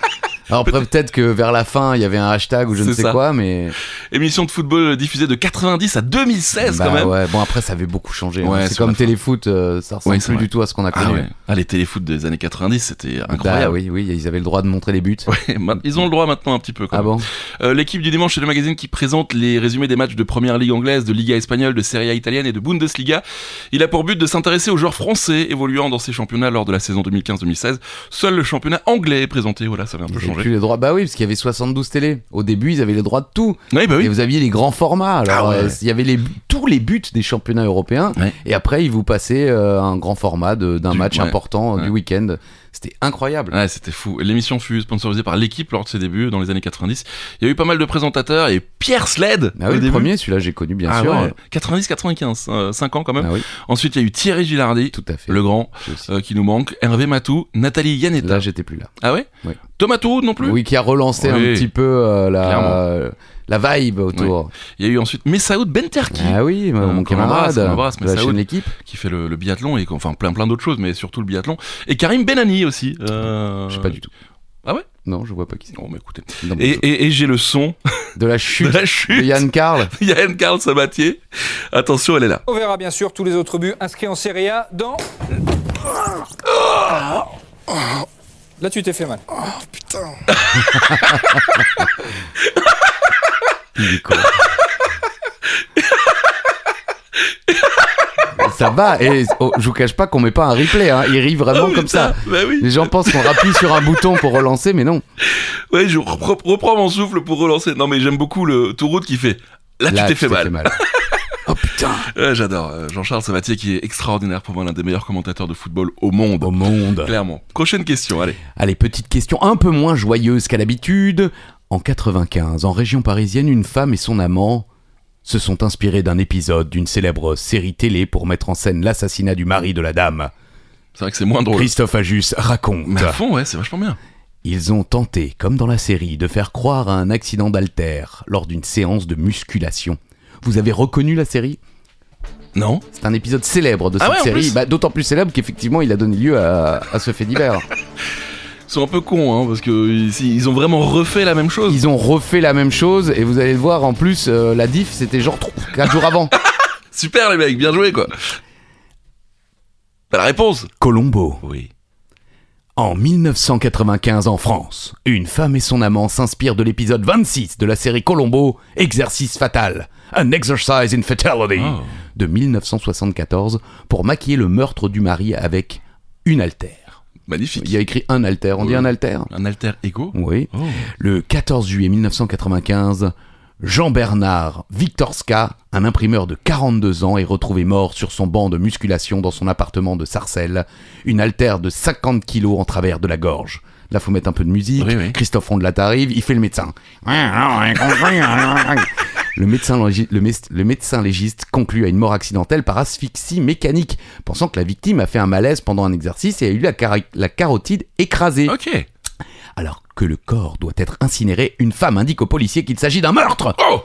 Speaker 3: Alors après, peut-être que vers la fin, il y avait un hashtag ou je ne
Speaker 1: C'est
Speaker 3: sais
Speaker 1: ça.
Speaker 3: quoi, mais...
Speaker 1: Émission de football diffusée de 90 à 2016
Speaker 3: Bah
Speaker 1: quand même.
Speaker 3: ouais, bon après, ça avait beaucoup changé. hein.
Speaker 1: Ouais,
Speaker 3: C'est
Speaker 1: sur
Speaker 3: comme
Speaker 1: la fin.
Speaker 3: téléfoot, euh, ça ressemble
Speaker 1: Ouais, c'est
Speaker 3: plus
Speaker 1: vrai.
Speaker 3: du tout à ce qu'on a
Speaker 1: Ah
Speaker 3: connu.
Speaker 1: ouais. Ah, les téléfoot des années 90, c'était
Speaker 3: Bah
Speaker 1: incroyable.
Speaker 3: oui, oui, ils avaient le droit de montrer les buts.
Speaker 1: Ouais, ma- Ils ont le droit maintenant un petit peu. quand
Speaker 3: Ah
Speaker 1: même.
Speaker 3: bon
Speaker 1: Euh, L'équipe du dimanche, c'est le magazine qui présente les résumés des matchs de première ligue anglaise, de Liga espagnole, de Serie A italienne et de Bundesliga. Il a pour but de s'intéresser aux joueurs français évoluant dans ces championnats lors de la saison 2015-2016. Seul le championnat anglais est présenté. Voilà, ça avait un
Speaker 3: Ils
Speaker 1: peu
Speaker 3: avaient
Speaker 1: changé.
Speaker 3: plus les droits. Bah oui, parce qu'il y avait 72 télés. Au début, ils avaient les droits de tout.
Speaker 1: Oui, bah
Speaker 3: Et
Speaker 1: oui.
Speaker 3: vous aviez les grands formats.
Speaker 1: Ah
Speaker 3: Alors,
Speaker 1: ouais.
Speaker 3: euh, il y avait les, bu- tous les buts des championnats européens.
Speaker 1: Ouais.
Speaker 3: Et après, ils vous passaient euh, un grand format de- d'un
Speaker 1: Du-
Speaker 3: match
Speaker 1: ouais.
Speaker 3: important euh, du
Speaker 1: Ouais.
Speaker 3: week-end. C'était incroyable.
Speaker 1: Ouais, c'était fou. L'émission fut sponsorisée par l'équipe lors de ses débuts dans les années 90. Il y a eu pas mal de présentateurs et Pierre Sled
Speaker 3: Ah
Speaker 1: au
Speaker 3: oui, le
Speaker 1: début.
Speaker 3: premier, celui-là, j'ai connu, bien
Speaker 1: Ah
Speaker 3: sûr.
Speaker 1: ouais, 90-95, 5 ans quand même.
Speaker 3: Ah oui,
Speaker 1: Ensuite, il y a eu Thierry Gilardi,
Speaker 3: tout à fait.
Speaker 1: le grand,
Speaker 3: J'ai aussi.
Speaker 1: euh, qui nous manque, Hervé Matou, Nathalie Yanetta.
Speaker 3: Là, j'étais plus là.
Speaker 1: Ah ouais
Speaker 3: Ouais.
Speaker 1: Tomato non plus
Speaker 3: Oui, qui a relancé un
Speaker 1: Oui.
Speaker 3: petit peu euh, la,
Speaker 1: Clairement.
Speaker 3: euh, la vibe autour.
Speaker 1: Il y a eu ensuite Messaoud Benterki,
Speaker 3: Ah oui, mon
Speaker 1: Euh, qu'on
Speaker 3: camarade
Speaker 1: embrasse, qu'on embrasse,
Speaker 3: de la
Speaker 1: mais ça
Speaker 3: chaîne
Speaker 1: aide.
Speaker 3: L'équipe.
Speaker 1: qui fait le, le biathlon, et qu'on- enfin plein plein d'autres choses, mais surtout le biathlon. Et Karim Benani aussi. euh,
Speaker 3: Je sais pas du tout.
Speaker 1: Ah ouais
Speaker 3: Non, je vois pas qui c'est.
Speaker 1: Bon, bah, écoutez.
Speaker 3: Non, mais
Speaker 1: Et, et- et j'ai le son
Speaker 3: je- De la
Speaker 1: de
Speaker 3: chute
Speaker 1: la
Speaker 3: de
Speaker 1: chute.
Speaker 3: Yann Carl.
Speaker 1: Yann Karl Sabatier. Attention, elle est là.
Speaker 4: On verra bien sûr tous les autres buts inscrits en Serie A dans Ah. Là, tu t'es fait mal.
Speaker 3: Il est con. Ça va, et oh, je vous cache pas qu'on met pas un replay, hein. il rit vraiment
Speaker 1: Ah,
Speaker 3: comme ça.
Speaker 1: putain, Bah oui.
Speaker 3: Les gens pensent qu'on appuie sur un bouton pour relancer, mais non.
Speaker 1: Ouais, je repre- reprends mon souffle pour relancer. Non, mais j'aime beaucoup le Touroute qui fait. Là, Ah, tu t'es fait mal.
Speaker 3: oh putain,
Speaker 1: Ouais, J'adore. Euh, Jean-Charles Savatier qui est extraordinaire pour moi, l'un des meilleurs commentateurs de football au monde.
Speaker 3: au monde.
Speaker 1: Clairement. Prochaine question, allez.
Speaker 3: Allez, petite question un peu moins joyeuse qu'à l'habitude. En 95, en région parisienne, une femme et son amant se sont inspirés d'un épisode d'une célèbre série télé pour mettre en scène l'assassinat du mari de la dame.
Speaker 1: C'est vrai que c'est moins drôle.
Speaker 3: Christophe Ajus raconte.
Speaker 1: Mais à fond, ouais, c'est vachement bien.
Speaker 3: Ils ont tenté, comme dans la série, de faire croire à un accident d'altère lors d'une séance de musculation. Vous avez reconnu la série
Speaker 1: Non
Speaker 3: C'est un épisode célèbre de
Speaker 1: Ah
Speaker 3: cette
Speaker 1: ouais, en
Speaker 3: série,
Speaker 1: plus
Speaker 3: Bah, d'autant plus célèbre qu'effectivement il a donné lieu à, à ce fait divers.
Speaker 1: Ils sont un peu cons, hein, parce que ils, ils ont vraiment refait la même chose.
Speaker 3: Ils ont refait la même chose et vous allez le voir en plus, euh, la diff c'était genre 4 jours avant.
Speaker 1: Super, les mecs, bien joué, quoi. T'as la réponse
Speaker 3: Colombo.
Speaker 1: Oui.
Speaker 3: En 1995 en France, une femme et son amant s'inspirent de l'épisode 26 de la série Colombo, Exercice fatal, An Exercise in Fatality,
Speaker 1: Oh.
Speaker 3: de 1974, pour maquiller le meurtre du mari avec une altère.
Speaker 1: Magnifique.
Speaker 3: Il y a écrit un altère, on dit
Speaker 1: Oui.
Speaker 3: un altère
Speaker 1: Un alter ego
Speaker 3: Oui.
Speaker 1: Oh.
Speaker 3: Le 14 juillet 1995, Jean-Bernard Victorska, un imprimeur de 42 ans, est retrouvé mort sur son banc de musculation dans son appartement de Sarcelles, une altère de 50 kilos en travers de la gorge. Là, faut mettre un peu de musique.
Speaker 1: Oui, oui.
Speaker 3: Christophe Rondelat arrive, il fait le médecin. Le médecin, logi- le, mes- le médecin légiste conclut à une mort accidentelle par asphyxie mécanique, pensant que la victime a fait un malaise pendant un exercice et a eu la, cari- la carotide écrasée.
Speaker 1: Ok.
Speaker 3: Alors que le corps doit être incinéré, une femme indique aux policiers qu'il s'agit d'un meurtre.
Speaker 1: Oh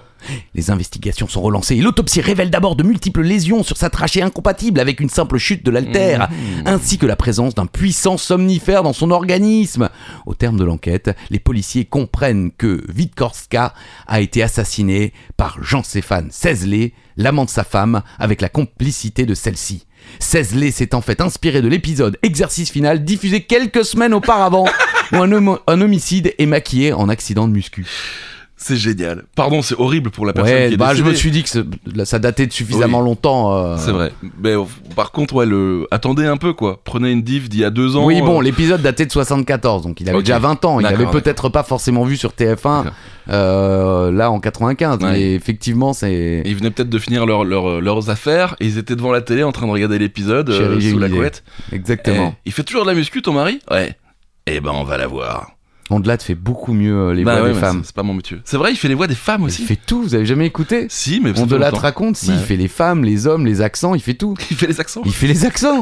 Speaker 3: Les investigations sont relancées et l'autopsie révèle d'abord de multiples lésions sur sa trachée incompatibles avec une simple chute de l'altère, ainsi que la présence d'un puissant somnifère dans son organisme. Au terme de l'enquête, les policiers comprennent que Vitkorska a été assassiné par Jean-Stéphane Sesley, l'amant de sa femme, avec la complicité de celle-ci. Sesley s'est en fait inspiré de l'épisode Exercice final diffusé quelques semaines auparavant, où un, homo- un homicide est maquillé en accident de muscu.
Speaker 1: C'est génial. Pardon, c'est horrible pour la personne qui
Speaker 3: Ouais,
Speaker 1: est
Speaker 3: bah je
Speaker 1: décédée.
Speaker 3: me suis dit que ce- là, ça datait de suffisamment
Speaker 1: Oui.
Speaker 3: longtemps. euh.
Speaker 1: C'est vrai. Mais euh, par contre, ouais, le... attendez un peu, quoi. Prenez une div d'il y a deux ans.
Speaker 3: Oui, bon,
Speaker 1: euh,
Speaker 3: l'épisode datait de 74, donc il avait
Speaker 1: Ok.
Speaker 3: déjà 20 ans. Il
Speaker 1: D'accord,
Speaker 3: avait peut-être pas forcément vu sur TF1
Speaker 1: D'accord.
Speaker 3: euh, là en 95,
Speaker 1: Ouais.
Speaker 3: mais effectivement, c'est.
Speaker 1: Ils venaient peut-être de finir leur- leur- leurs affaires et ils étaient devant la télé en train de regarder l'épisode euh,
Speaker 3: Chérie, j'ai
Speaker 1: sous
Speaker 3: une
Speaker 1: la
Speaker 3: idée.
Speaker 1: couette.
Speaker 3: Exactement.
Speaker 1: Eh, il fait toujours de la muscu, ton mari Ouais. Eh ben, on va la voir.
Speaker 3: Ondelat fait beaucoup mieux euh, les
Speaker 1: eh. Bah
Speaker 3: voix
Speaker 1: ouais,
Speaker 3: des
Speaker 1: mais
Speaker 3: femmes.
Speaker 1: C'est c'est pas mon métier. C'est vrai, il fait les voix des femmes
Speaker 3: Il
Speaker 1: aussi.
Speaker 3: fait tout, vous avez jamais écouté
Speaker 1: Si, mais ça fait
Speaker 3: Ondelat
Speaker 1: longtemps.
Speaker 3: raconte, si,
Speaker 1: Bah
Speaker 3: il
Speaker 1: ouais.
Speaker 3: fait les femmes, les hommes, les accents, il fait tout.
Speaker 1: Il fait les accents.
Speaker 3: Il fait les accents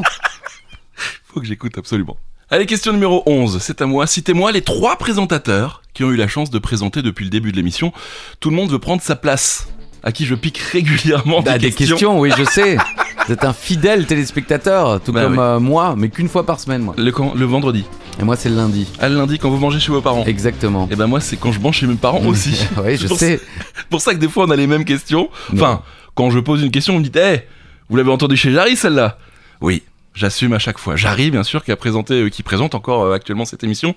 Speaker 1: Faut que j'écoute absolument. Allez, question numéro 11, c'est à moi. Citez-moi les trois présentateurs qui ont eu la chance de présenter depuis le début de l'émission. Tout le monde veut prendre sa place. À qui je pique régulièrement
Speaker 3: Bah,
Speaker 1: des,
Speaker 3: des questions. oui, je sais. Vous êtes un fidèle téléspectateur, tout
Speaker 1: Bah
Speaker 3: comme
Speaker 1: oui.
Speaker 3: euh, moi, mais qu'une fois par semaine, moi.
Speaker 1: Le, quand- le vendredi,
Speaker 3: Et moi, c'est le lundi.
Speaker 1: à le lundi quand vous mangez chez vos parents.
Speaker 3: Exactement.
Speaker 1: Et ben moi, c'est quand je mange chez mes parents aussi.
Speaker 3: oui, je
Speaker 1: Pour-
Speaker 3: sais.
Speaker 1: C'est pour ça que des fois, on a les mêmes questions.
Speaker 3: Non.
Speaker 1: Enfin, quand je pose une question, vous me dites, Eh, vous l'avez entendu chez Jarry celle-là Oui. J'assume à chaque fois. Jarry, bien sûr, qui a présenté, euh, qui présente encore euh, actuellement cette émission.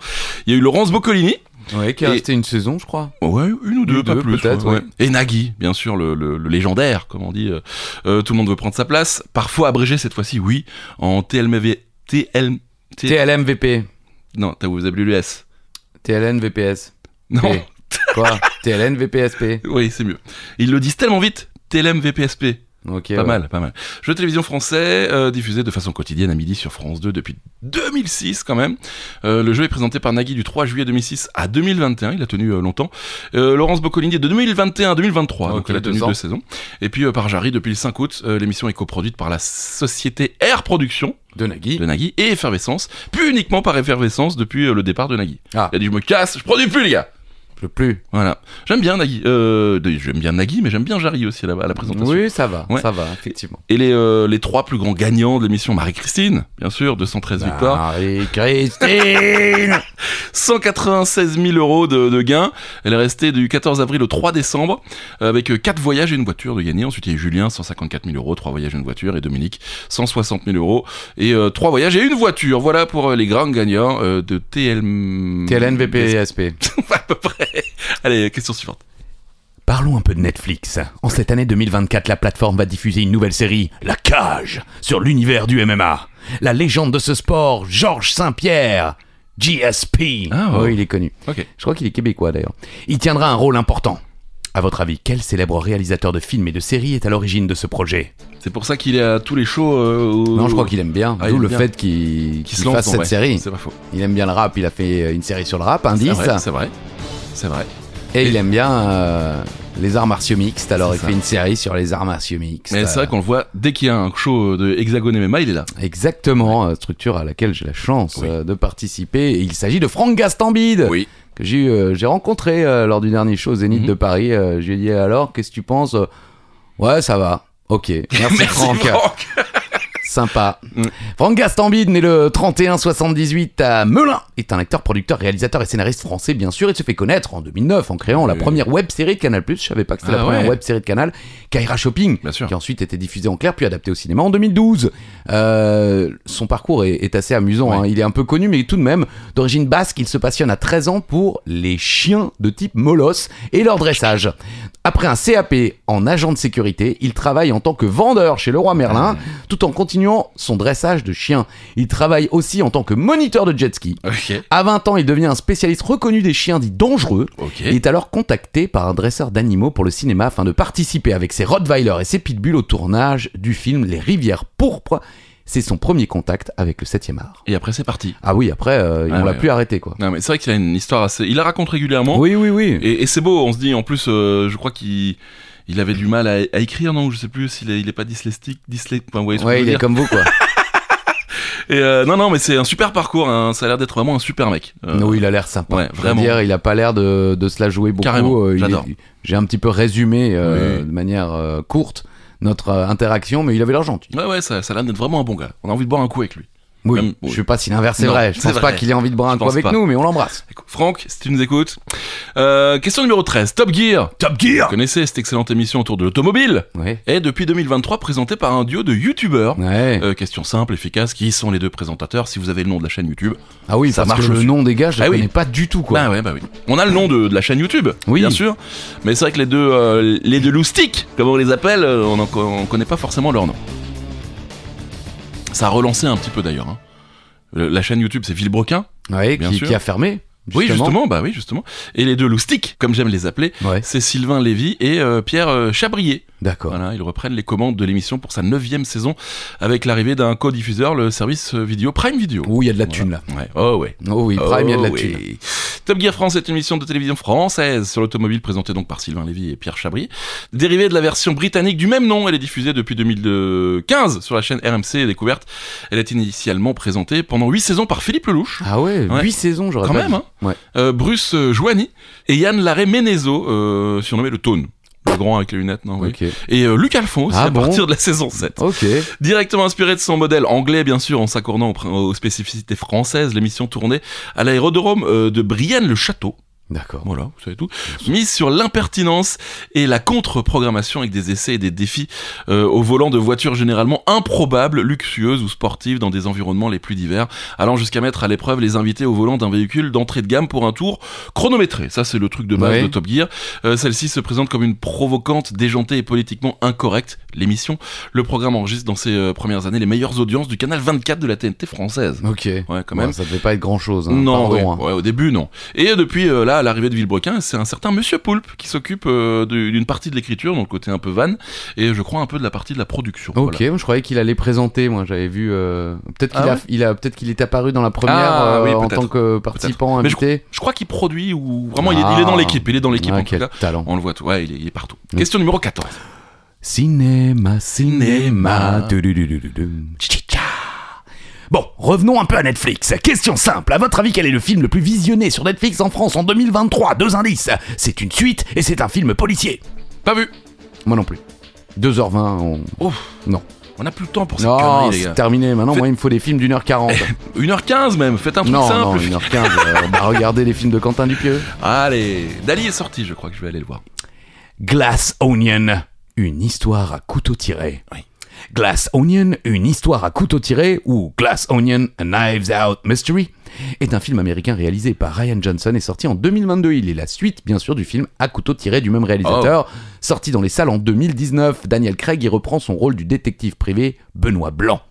Speaker 1: Il y a eu Laurence Boccolini,
Speaker 3: Ouais, qui a
Speaker 1: Et-
Speaker 3: resté une saison, je crois.
Speaker 1: Ouais, une ou deux,
Speaker 3: Une ou
Speaker 1: pas
Speaker 3: deux,
Speaker 1: plus.
Speaker 3: peut-être,
Speaker 1: ouais.
Speaker 3: ouais.
Speaker 1: Et Nagui, bien sûr, le, le- le légendaire, comme on dit. euh, euh, tout le monde veut prendre sa place. Parfois abrégé cette fois-ci, oui, en TLMV. TL. T-
Speaker 3: TLMVP.
Speaker 1: Non, t'as vous avez lu le S.
Speaker 3: TLNVPS.
Speaker 1: Non.
Speaker 3: P. Quoi TLNVPSP.
Speaker 1: Oui, c'est mieux. Ils le disent tellement vite. TLMVPSP.
Speaker 3: Ok.
Speaker 1: Pas
Speaker 3: ouais.
Speaker 1: mal, pas mal. Jeu de télévision français, euh, diffusé de façon quotidienne à midi sur France 2 depuis 2006 quand même. Euh, le jeu est présenté par Nagui du 3 juillet 2006 à 2021, il a tenu euh, longtemps. Euh, Laurence Boccolini de 2021 à 2023,
Speaker 3: Ah,
Speaker 1: donc
Speaker 3: ok,
Speaker 1: elle a
Speaker 3: deux
Speaker 1: tenu
Speaker 3: ans.
Speaker 1: deux saisons. Et puis euh, par Jarry depuis le 5 août, euh, l'émission est coproduite par la société Air Productions
Speaker 3: De Nagui.
Speaker 1: de Nagui et Effervescence, puis uniquement par Effervescence depuis euh, le départ de Nagui.
Speaker 3: Ah.
Speaker 1: Il a dit je me casse, je produis plus les gars
Speaker 3: Je plus.
Speaker 1: Voilà. J'aime bien Nagui, euh, j'aime bien Nagui, mais j'aime bien Jarry aussi à la, à la présentation.
Speaker 3: Oui, ça va.
Speaker 1: Ouais.
Speaker 3: Ça va, effectivement.
Speaker 1: Et les, euh, les trois plus grands
Speaker 3: Ah.
Speaker 1: gagnants de l'émission, Marie-Christine, bien sûr, 213 victoires,
Speaker 3: Marie-Christine
Speaker 1: 196 000 euros de, de gains. Elle est restée du 14 avril au 3 décembre euh, avec 4 voyages et une voiture de gagner. Ensuite, il y a eu Julien, 154 000 euros, 3 voyages et une voiture. Et Dominique, 160 000 euros et 3 voyages et une voiture. Voilà pour euh, les grands gagnants euh, de TL...
Speaker 3: TLNVPSP.
Speaker 1: à peu près. Allez, question suivante.
Speaker 3: Parlons un peu de Netflix. En cette année 2024, la plateforme va diffuser une nouvelle série, La Cage, sur l'univers du MMA. La légende de ce sport, Georges Saint-Pierre, GSP.
Speaker 1: Ah, ouais.
Speaker 3: oui, Oh, il est connu.
Speaker 1: Ok.
Speaker 3: Je crois qu'il est québécois d'ailleurs. Il tiendra un rôle important. À votre avis, quel célèbre réalisateur de films et de séries est à l'origine de ce projet
Speaker 1: Oh, C'est pour ça qu'il est à tous les shows. euh, au-
Speaker 3: Non, je crois qu'il aime bien.
Speaker 1: Ah, il
Speaker 3: D'où
Speaker 1: aime
Speaker 3: le
Speaker 1: bien.
Speaker 3: fait qu'il
Speaker 1: qui
Speaker 3: qu'il fasse
Speaker 1: en
Speaker 3: cette
Speaker 1: vrai.
Speaker 3: série.
Speaker 1: C'est pas faux.
Speaker 3: Il aime bien le rap. Il a fait euh, une série sur le rap,
Speaker 1: C'est
Speaker 3: indice.
Speaker 1: vrai. C'est vrai. C'est vrai.
Speaker 3: Et il aime bien euh, les arts martiaux mixtes. Alors
Speaker 1: C'est
Speaker 3: il
Speaker 1: ça.
Speaker 3: fait une série sur les arts martiaux mixtes.
Speaker 1: Mais c'est vrai qu'on le voit dès qu'il y a un show de Hexagone MMA, il est là.
Speaker 3: Exactement, euh, structure à laquelle j'ai la chance
Speaker 1: Oui.
Speaker 3: euh, de participer. Et il s'agit de Franck Gastambide,
Speaker 1: Oui.
Speaker 3: que j'ai euh, j'ai rencontré euh, lors du dernier show au Zénith
Speaker 1: Mhm.
Speaker 3: de Paris. Euh, je lui ai dit alors, qu'est-ce que tu penses Ouais, ça va. Ok, merci,
Speaker 1: Merci
Speaker 3: Franck.
Speaker 1: Franck.
Speaker 3: Sympa.
Speaker 1: Mm.
Speaker 3: Franck Gastambide, né le 31-78 à Melun, est un acteur, producteur, réalisateur et scénariste français, bien sûr. Il se fait connaître en 2009 en créant la
Speaker 1: Oui.
Speaker 3: première web série de Canal. Je savais pas que c'était
Speaker 1: Ah
Speaker 3: la première
Speaker 1: ouais.
Speaker 3: web série de Canal, Kaira Shopping,
Speaker 1: Bien sûr.
Speaker 3: qui ensuite était diffusée en clair puis adaptée au cinéma en 2012. Euh, son parcours est, est assez amusant.
Speaker 1: Ouais.
Speaker 3: hein. Il est un peu connu, mais tout de même, d'origine basque, il se passionne à 13 ans pour les chiens de type molosse et leur dressage. Après un CAP en agent de sécurité, il travaille en tant que vendeur chez Leroy Merlin, tout en continuant son dressage de chiens. Il travaille aussi en tant que moniteur de jet ski.
Speaker 1: Ok.
Speaker 3: À 20 ans, il devient un spécialiste reconnu des chiens dits dangereux.
Speaker 1: Ok.
Speaker 3: Il est alors contacté par un dresseur d'animaux pour le cinéma afin de participer avec ses Rottweiler et ses Pitbull au tournage du film Les Rivières Pourpres. C'est son premier contact avec le 7 art.
Speaker 1: Et après, c'est parti.
Speaker 3: Ah oui, après, euh,
Speaker 1: Ah
Speaker 3: on l'a
Speaker 1: ouais.
Speaker 3: plus arrêté quoi.
Speaker 1: Non, mais c'est vrai qu'il a une histoire assez. Il la raconte régulièrement.
Speaker 3: Oui, oui, oui.
Speaker 1: Et, et c'est beau, on se dit, en plus, euh, je crois qu'il il avait du mal à, à écrire, non Je sais plus s'il est, il est pas dyslexique, dyslexique. Enfin, vous voyez ce que je
Speaker 3: ouais,
Speaker 1: veux
Speaker 3: il est
Speaker 1: dire.
Speaker 3: comme vous quoi.
Speaker 1: Et, euh, non, non, mais c'est un super parcours, hein. ça a l'air d'être vraiment un super mec. Euh,
Speaker 3: Non, il a l'air sympa.
Speaker 1: ouais,
Speaker 3: Je veux
Speaker 1: vraiment.
Speaker 3: Dire, il a pas l'air de, de se la jouer beaucoup. euh,
Speaker 1: Carrément,
Speaker 3: il est-
Speaker 1: j'adore.
Speaker 3: J'ai un petit peu résumé euh,
Speaker 1: Oui.
Speaker 3: de manière euh, courte notre euh, interaction, mais il avait l'air gentil.
Speaker 1: Ouais, ouais, ça, ça a l'air d'être vraiment un bon gars. On a envie de boire un coup avec lui.
Speaker 3: Oui.
Speaker 1: Même-
Speaker 3: Je sais pas si l'inverse est
Speaker 1: Non,
Speaker 3: vrai. Je
Speaker 1: c'est
Speaker 3: pense pas
Speaker 1: vrai.
Speaker 3: qu'il ait envie de boire un
Speaker 1: Je
Speaker 3: coup
Speaker 1: pense
Speaker 3: avec
Speaker 1: pas.
Speaker 3: nous, mais on l'embrasse.
Speaker 1: Écoute, Franck, si tu nous écoutes. Euh, question numéro 13, Top Gear.
Speaker 2: Top Gear
Speaker 1: Vous connaissez cette excellente émission autour de l'automobile
Speaker 3: Ouais.
Speaker 1: Et depuis 2023, présentée par un duo de youtubeurs.
Speaker 3: Ouais.
Speaker 1: Euh, question simple, efficace, qui sont les deux présentateurs Si vous avez le nom de la chaîne YouTube,
Speaker 3: ah oui,
Speaker 1: ça
Speaker 3: ça parce
Speaker 1: marche
Speaker 3: que le
Speaker 1: aussi.
Speaker 3: nom des gars, je
Speaker 1: Ah
Speaker 3: le
Speaker 1: oui.
Speaker 3: connais pas du tout quoi.
Speaker 1: Bah ouais, bah oui. On a le nom de, de la chaîne YouTube,
Speaker 3: Oui.
Speaker 1: bien sûr. Mais c'est vrai que les deux, euh, les deux loustiques, comme on les appelle, euh, on, en co- on connaît pas forcément leur nom. Ça a relancé un petit peu d'ailleurs. hein. Le- La chaîne YouTube, c'est Villebrequin.
Speaker 3: ouais,
Speaker 1: Ben, bien
Speaker 3: qui,
Speaker 1: sûr.
Speaker 3: qui a fermé.
Speaker 1: Oui, justement, bah oui, justement. Et les deux loustiques, comme j'aime les appeler,
Speaker 3: Ouais.
Speaker 1: c'est Sylvain Lévy et euh, Pierre euh, Chabrier.
Speaker 3: D'accord.
Speaker 1: Voilà, hein, ils reprennent les commandes de l'émission pour sa neuvième saison avec l'arrivée d'un co-diffuseur, le service euh, vidéo Prime Video.
Speaker 3: Ouh, il y a de la thune là.
Speaker 1: Ouais. Oh ouais.
Speaker 3: Oh oui, Prime, il y a de la
Speaker 1: Oh
Speaker 3: thune.
Speaker 1: oui. Top Gear France est une émission de télévision française sur l'automobile présentée donc par Sylvain Lévy et Pierre Chabry, dérivée de la version britannique du même nom. Elle est diffusée depuis 2015 sur la chaîne RMC Découverte. Elle est initialement présentée pendant 8 saisons par Philippe Lelouch.
Speaker 3: Ah ouais,
Speaker 1: Ouais.
Speaker 3: 8 saisons, j'aurais
Speaker 1: Quand
Speaker 3: pas
Speaker 1: même,
Speaker 3: dit.
Speaker 1: hein.
Speaker 3: Ouais.
Speaker 1: Euh, Bruce euh, Joigny et Yann Larré Ménézo, euh, surnommé le Tone. Le grand avec les lunettes, non oui.
Speaker 3: Ok.
Speaker 1: Et euh, Luc Alphonse
Speaker 3: Ah
Speaker 1: à
Speaker 3: bon
Speaker 1: partir de la saison 7.
Speaker 3: Ok.
Speaker 1: Directement inspiré de son modèle anglais, bien sûr, en s'accordant aux, aux spécificités françaises, l'émission tournée à l'aérodrome euh, de Brienne-le-Château.
Speaker 3: D'accord.
Speaker 1: Voilà, vous savez tout. Mise sur l'impertinence et la contre-programmation avec des essais et des défis euh, au volant de voitures généralement improbables, luxueuses ou sportives dans des environnements les plus divers, allant jusqu'à mettre à l'épreuve les invités au volant d'un véhicule d'entrée de gamme pour un tour chronométré. Ça, c'est le truc de base
Speaker 3: Ouais.
Speaker 1: de Top Gear. Euh, Celle-ci se présente comme une provocante, déjantée et politiquement incorrecte. L'émission, le programme enregistre dans ses euh, premières années les meilleures audiences du canal 24 de la TNT française.
Speaker 3: Ok.
Speaker 1: Ouais, quand
Speaker 3: Bon,
Speaker 1: même.
Speaker 3: ça devait pas être grand chose. Hein.
Speaker 1: Non,
Speaker 3: Pardon,
Speaker 1: ouais,
Speaker 3: hein.
Speaker 1: ouais, au début non. Et depuis euh, là, à l'arrivée de Villebrequin, c'est un certain Monsieur Poulpe qui s'occupe euh, du- d'une partie de l'écriture, donc le côté un peu van, et je crois un peu de la partie de la production.
Speaker 3: Ok,
Speaker 1: voilà.
Speaker 3: moi, je croyais qu'il allait présenter. Moi, j'avais vu. euh, Peut-être qu'il
Speaker 1: Ah
Speaker 3: a,
Speaker 1: ouais
Speaker 3: il a, peut-être qu'il est apparu dans la première
Speaker 1: Ah,
Speaker 3: euh,
Speaker 1: oui,
Speaker 3: en
Speaker 1: peut-être.
Speaker 3: tant que participant
Speaker 1: Mais je
Speaker 3: invité.
Speaker 1: Je crois qu'il produit ou vraiment il, est,
Speaker 3: Ah.
Speaker 1: il est dans l'équipe, il est dans l'équipe
Speaker 3: Ah,
Speaker 1: en tout
Speaker 3: quel
Speaker 1: cas.
Speaker 3: talent.
Speaker 1: On le voit tout, ouais, il est, il est partout.
Speaker 3: Mm.
Speaker 1: Question numéro 14.
Speaker 3: Cinéma, cinéma.
Speaker 1: Cinéma.
Speaker 3: du, du, du, du, du, du. Tchitcha. Bon, revenons un peu à Netflix. Question simple. À votre avis, quel est le film le plus visionné sur Netflix en France en 2023 Deux indices. C'est une suite et c'est un film policier.
Speaker 1: Pas vu.
Speaker 3: Moi non plus. 2h20, on...
Speaker 1: Ouf.
Speaker 3: Non.
Speaker 1: On n'a plus le temps pour ces
Speaker 3: Non,
Speaker 1: conneries, les
Speaker 3: Oh, c'est
Speaker 1: gars.
Speaker 3: terminé. Maintenant,
Speaker 1: Faites-
Speaker 3: moi, il me faut des films d'une heure quarante.
Speaker 1: 1h15 même, faites un truc
Speaker 3: Non, non,
Speaker 1: simple.
Speaker 3: 1h15. euh, on va regarder les films de Quentin Dupieux.
Speaker 1: Allez, Dali est sorti, je crois que je vais aller le voir.
Speaker 3: Glass Onion, une histoire à couteau tiré.
Speaker 1: Oui.
Speaker 3: Glass Onion, une histoire à couteau tiré ou Glass Onion, a Knives Out Mystery est un film américain réalisé par Ryan Johnson et sorti en 2022. Il est la suite, bien sûr, du film à couteau tiré du même réalisateur, sorti dans les salles en 2019. Daniel Craig y reprend son rôle du détective privé Benoît Blanc.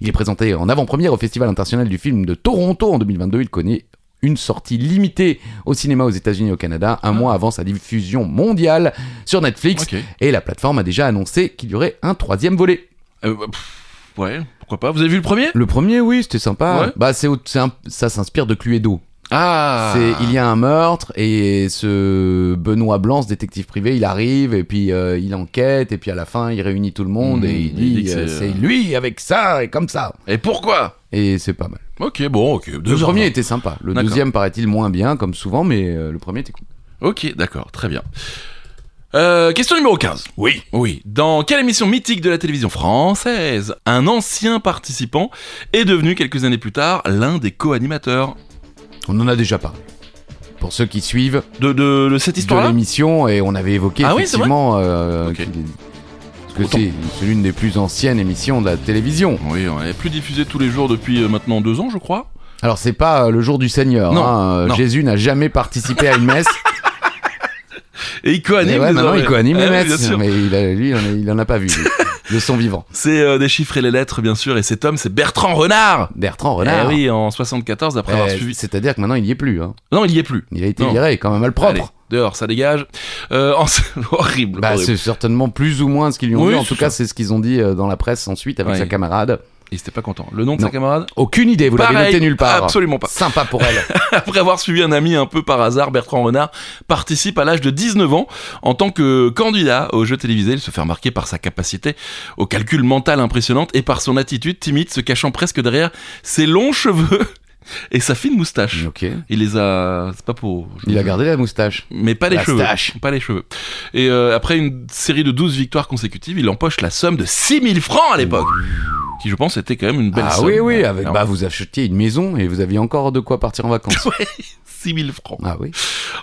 Speaker 3: Il est présenté en avant-première au Festival international du film de Toronto en 2022. Il connaît une sortie limitée au cinéma aux États-Unis et au Canada, un mois avant sa diffusion mondiale sur Netflix.
Speaker 1: Ok.
Speaker 3: Et la plateforme a déjà annoncé qu'il y aurait un troisième volet.
Speaker 1: Euh, bah, pff, ouais, pourquoi pas. Vous avez vu le premier
Speaker 3: Le premier, oui, c'était sympa.
Speaker 1: Ouais.
Speaker 3: Bah, c'est, au- c'est un- ça s'inspire de Cluedo.
Speaker 1: Ah
Speaker 3: C'est, il y a un meurtre et ce Benoît Blanc, ce détective privé, il arrive et puis euh, il enquête et puis à la fin il réunit tout le monde
Speaker 1: Mmh,
Speaker 3: et il dit,
Speaker 1: que
Speaker 3: euh,
Speaker 1: c'est-
Speaker 3: c'est lui avec ça et comme ça.
Speaker 1: Et pourquoi
Speaker 3: Et c'est pas mal.
Speaker 1: Ok, bon, ok.
Speaker 3: Le
Speaker 1: deux heures
Speaker 3: premier
Speaker 1: vingt.
Speaker 3: était sympa. Le
Speaker 1: D'accord.
Speaker 3: deuxième paraît-il moins bien, comme souvent, mais euh, le premier était cool.
Speaker 1: Ok, d'accord, très bien. Euh, question numéro 15.
Speaker 3: Oui.
Speaker 1: Oui. Dans quelle émission mythique de la télévision française un ancien participant est devenu quelques années plus tard l'un des co-animateurs
Speaker 3: On en a déjà parlé. Pour ceux qui suivent
Speaker 1: de, de, de cette
Speaker 3: de
Speaker 1: histoire-là
Speaker 3: l'émission, et on avait évoqué
Speaker 1: Ah oui, c'est vrai
Speaker 3: effectivement euh,
Speaker 1: Ok.
Speaker 3: qu'il- parce que
Speaker 1: Autant.
Speaker 3: c'est c'est l'une des plus anciennes émissions de la télévision.
Speaker 1: Oui, on n'est plus diffusé tous les jours depuis euh, maintenant deux ans, je crois.
Speaker 3: Alors c'est pas euh, le jour du Seigneur.
Speaker 1: Non,
Speaker 3: hein, euh,
Speaker 1: non.
Speaker 3: Jésus n'a jamais participé à une messe.
Speaker 1: Et il
Speaker 3: Mais
Speaker 1: co-anime.
Speaker 3: Eh ouais, maintenant
Speaker 1: désormais.
Speaker 3: il co-anime les
Speaker 1: Ah oui,
Speaker 3: messes,
Speaker 1: bien sûr.
Speaker 3: mais il a- lui, il en, a- il en a pas vu lui, de son vivant.
Speaker 1: C'est euh, des chiffres et les lettres, bien sûr. Et cet homme, c'est Bertrand Renard.
Speaker 3: Bertrand Renard.
Speaker 1: Eh oui, Eh, en 74, après avoir
Speaker 3: euh,
Speaker 1: suivi.
Speaker 3: C'est-à-dire que maintenant il y est plus. hein.
Speaker 1: Non, il y est plus.
Speaker 3: Il a été
Speaker 1: Non.
Speaker 3: viré, quand même mal propre.
Speaker 1: Allez, dehors, ça dégage. Euh, en- horrible.
Speaker 3: Bah,
Speaker 1: horrible.
Speaker 3: c'est certainement plus ou moins ce qu'ils lui ont
Speaker 1: Oui,
Speaker 3: dit. En
Speaker 1: c'est
Speaker 3: tout
Speaker 1: ça.
Speaker 3: cas, c'est ce qu'ils ont dit euh, dans la presse ensuite avec
Speaker 1: Ouais.
Speaker 3: sa camarade.
Speaker 1: Il n'était pas content. Le nom de
Speaker 3: Non.
Speaker 1: sa camarade
Speaker 3: Aucune idée, vous l'avez
Speaker 1: Pareil,
Speaker 3: noté nulle part.
Speaker 1: Absolument pas.
Speaker 3: Sympa pour elle.
Speaker 1: Après avoir suivi un ami un peu par hasard, Bertrand Renard participe à l'âge de 19 ans en tant que candidat au jeu télévisé. Il se fait remarquer par sa capacité au calcul mental impressionnante et par son attitude timide se cachant presque derrière ses longs cheveux et sa fine moustache.
Speaker 3: ok.
Speaker 1: Il les a... C'est pas pour... je-
Speaker 3: Il a gardé la moustache.
Speaker 1: Mais pas les
Speaker 3: La
Speaker 1: cheveux.
Speaker 3: stache.
Speaker 1: Pas les cheveux. Et euh, après une série de 12 victoires consécutives, il empoche la somme de 6000 francs à l'époque. Qui, je pense, était quand même une belle
Speaker 3: ah
Speaker 1: somme.
Speaker 3: oui, oui, avec,
Speaker 1: Alors,
Speaker 3: bah, vous achetiez une maison et vous aviez encore de quoi partir en vacances.
Speaker 1: 6000 francs.
Speaker 3: ah oui.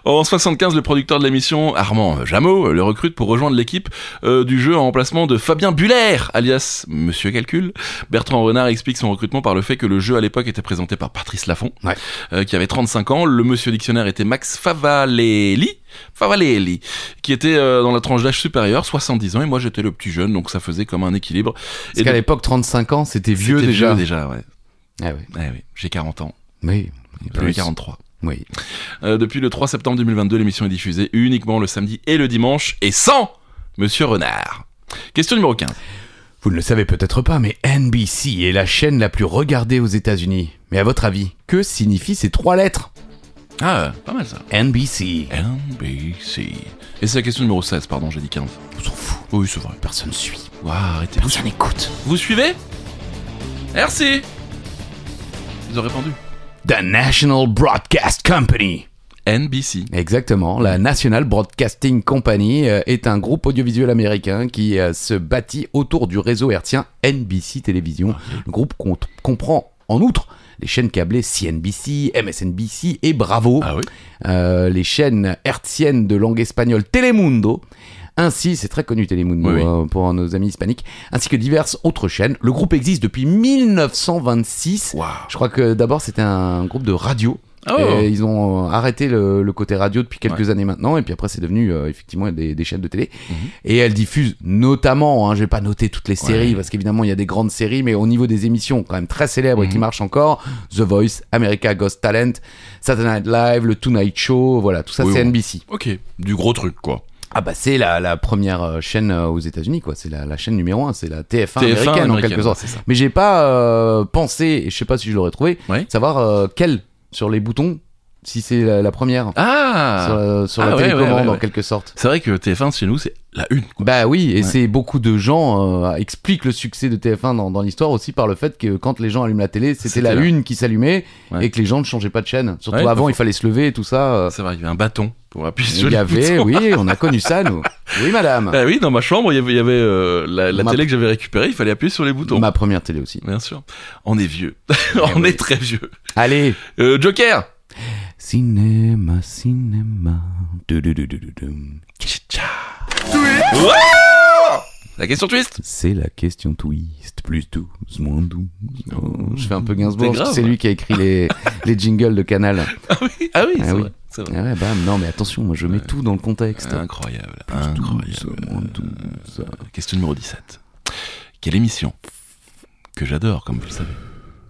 Speaker 1: En 75, le producteur de l'émission, Armand Jameau, le recrute pour rejoindre l'équipe euh, du jeu en remplacement de Fabien Buller, alias Monsieur Calcul. Bertrand Renard explique son recrutement par le fait que le jeu à l'époque était présenté par Patrice Laffont,
Speaker 3: Ouais.
Speaker 1: euh, qui avait 35 ans. Le Monsieur Dictionnaire était Max Favalelli, Favalelli, qui était euh, dans la tranche d'âge supérieure, 70 ans, et moi j'étais le petit jeune, donc ça faisait comme un équilibre.
Speaker 3: Parce qu'à
Speaker 1: donc,
Speaker 3: l'époque, 35 ans, c'était vieux
Speaker 1: c'était
Speaker 3: déjà.
Speaker 1: vieux déjà, ouais.
Speaker 3: Ah oui.
Speaker 1: Ouais, oui. J'ai 40 ans,
Speaker 3: Oui.
Speaker 1: plus
Speaker 3: Plus.
Speaker 1: 43.
Speaker 3: Oui.
Speaker 1: Euh, depuis le 3 septembre 2022, l'émission est diffusée uniquement le samedi et le dimanche, et sans Monsieur Renard. Question numéro 15.
Speaker 3: Vous ne le savez peut-être pas, mais NBC est la chaîne la plus regardée aux États-Unis. Mais à votre avis, que signifient ces trois lettres
Speaker 1: Ah, euh, pas mal ça.
Speaker 3: NBC.
Speaker 1: NBC. Et c'est la question numéro 16, pardon, j'ai dit 15.
Speaker 3: On s'en fout.
Speaker 1: Oui, c'est vrai.
Speaker 3: Personne suit.
Speaker 1: Ouah, arrêtez.
Speaker 3: Personne écoute.
Speaker 1: Vous suivez Merci Ils ont répondu.
Speaker 3: The National Broadcast Company.
Speaker 1: NBC.
Speaker 3: Exactement, la National Broadcasting Company euh, est un groupe audiovisuel américain qui euh, se bâtit autour du réseau hertzien NBC Télévision.
Speaker 1: Ah,
Speaker 3: Le groupe compte- comprend en outre les chaînes câblées CNBC, MSNBC et Bravo,
Speaker 1: Ah oui
Speaker 3: euh, les chaînes hertziennes de langue espagnole Telemundo. Ainsi, c'est très connu Telemundo
Speaker 1: Oui, oui.
Speaker 3: hein, pour nos amis hispaniques, ainsi que diverses autres chaînes. Le groupe existe depuis 1926.
Speaker 1: Waouh.
Speaker 3: Je crois que d'abord c'était un groupe de radio.
Speaker 1: Oh.
Speaker 3: Et ils ont euh, arrêté le, le côté radio depuis quelques années maintenant, et puis après c'est devenu euh, effectivement des, des chaînes de télé.
Speaker 1: Mhm.
Speaker 3: Et elles diffusent notamment, hein, je vais pas noter toutes les
Speaker 1: Ouais.
Speaker 3: séries, parce qu'évidemment il y a des grandes séries, mais au niveau des émissions quand même très célèbres et qui
Speaker 1: Mhm.
Speaker 3: marchent encore, The Voice, America Ghost Talent, Saturday Night Live, le Tonight Show, voilà, tout ça
Speaker 1: Oui,
Speaker 3: c'est
Speaker 1: bon.
Speaker 3: NBC.
Speaker 1: Ok, du gros truc quoi.
Speaker 3: Ah bah c'est la, la première euh, chaîne euh, aux États-Unis, quoi, c'est la, la chaîne numéro un, c'est la TF1, américaine, en quelque sorte.
Speaker 1: c'est ça.
Speaker 3: Mais j'ai pas euh, pensé, et je sais pas si je l'aurais trouvé,
Speaker 1: Ouais.
Speaker 3: savoir euh, quelle sur les boutons, si c'est la, la première sur,
Speaker 1: Ah
Speaker 3: la- sur
Speaker 1: Ah,
Speaker 3: la
Speaker 1: ouais, ouais,
Speaker 3: télécommande
Speaker 1: ouais,
Speaker 3: en
Speaker 1: ouais.
Speaker 3: quelque sorte.
Speaker 1: C'est vrai que TF1 chez nous, c'est la une. quoi.
Speaker 3: Bah oui, et
Speaker 1: Ouais.
Speaker 3: c'est beaucoup de gens euh, expliquent le succès de TF1 dans, dans l'histoire aussi par le fait que quand les gens allument la télé, c'était
Speaker 1: C'était
Speaker 3: la
Speaker 1: là.
Speaker 3: une qui s'allumait
Speaker 1: Ouais.
Speaker 3: et que les gens ne changeaient pas de chaîne. Surtout
Speaker 1: Ouais, pas
Speaker 3: avant,
Speaker 1: faux.
Speaker 3: il fallait se lever et tout ça. euh,
Speaker 1: C'est vrai, il y avait un bâton On appuie sur
Speaker 3: Il y
Speaker 1: le
Speaker 3: avait,
Speaker 1: bouton.
Speaker 3: oui, on a connu ça, nous. Oui, madame.
Speaker 1: Ah oui, dans ma chambre, il y avait, il y avait, euh, la, la
Speaker 3: Ma-
Speaker 1: télé que j'avais récupérée, il fallait appuyer sur les boutons.
Speaker 3: Ma première télé aussi.
Speaker 1: Bien sûr. On est vieux. On
Speaker 3: oui.
Speaker 1: est très vieux.
Speaker 3: Allez
Speaker 1: Euh, Joker
Speaker 3: Cinéma, cinéma. Du, du, du, du, du, du.
Speaker 1: Ouais La question twist
Speaker 3: C'est la question twist, plus 12, moins 12. Oh, je fais un peu
Speaker 1: C'est
Speaker 3: Gainsbourg, parce que
Speaker 1: grave.
Speaker 3: c'est lui qui a écrit les, les jingles de Canal.
Speaker 1: Ah oui, ah oui,
Speaker 3: Ah
Speaker 1: c'est
Speaker 3: oui.
Speaker 1: vrai. c'est vrai.
Speaker 3: Ah ouais, bam, non, mais attention, moi je mets tout dans le contexte.
Speaker 1: Incroyable.
Speaker 3: Plus 12,
Speaker 1: Incroyable.
Speaker 3: moins 12.
Speaker 1: Question numéro 17. Quelle émission, que j'adore comme vous le savez,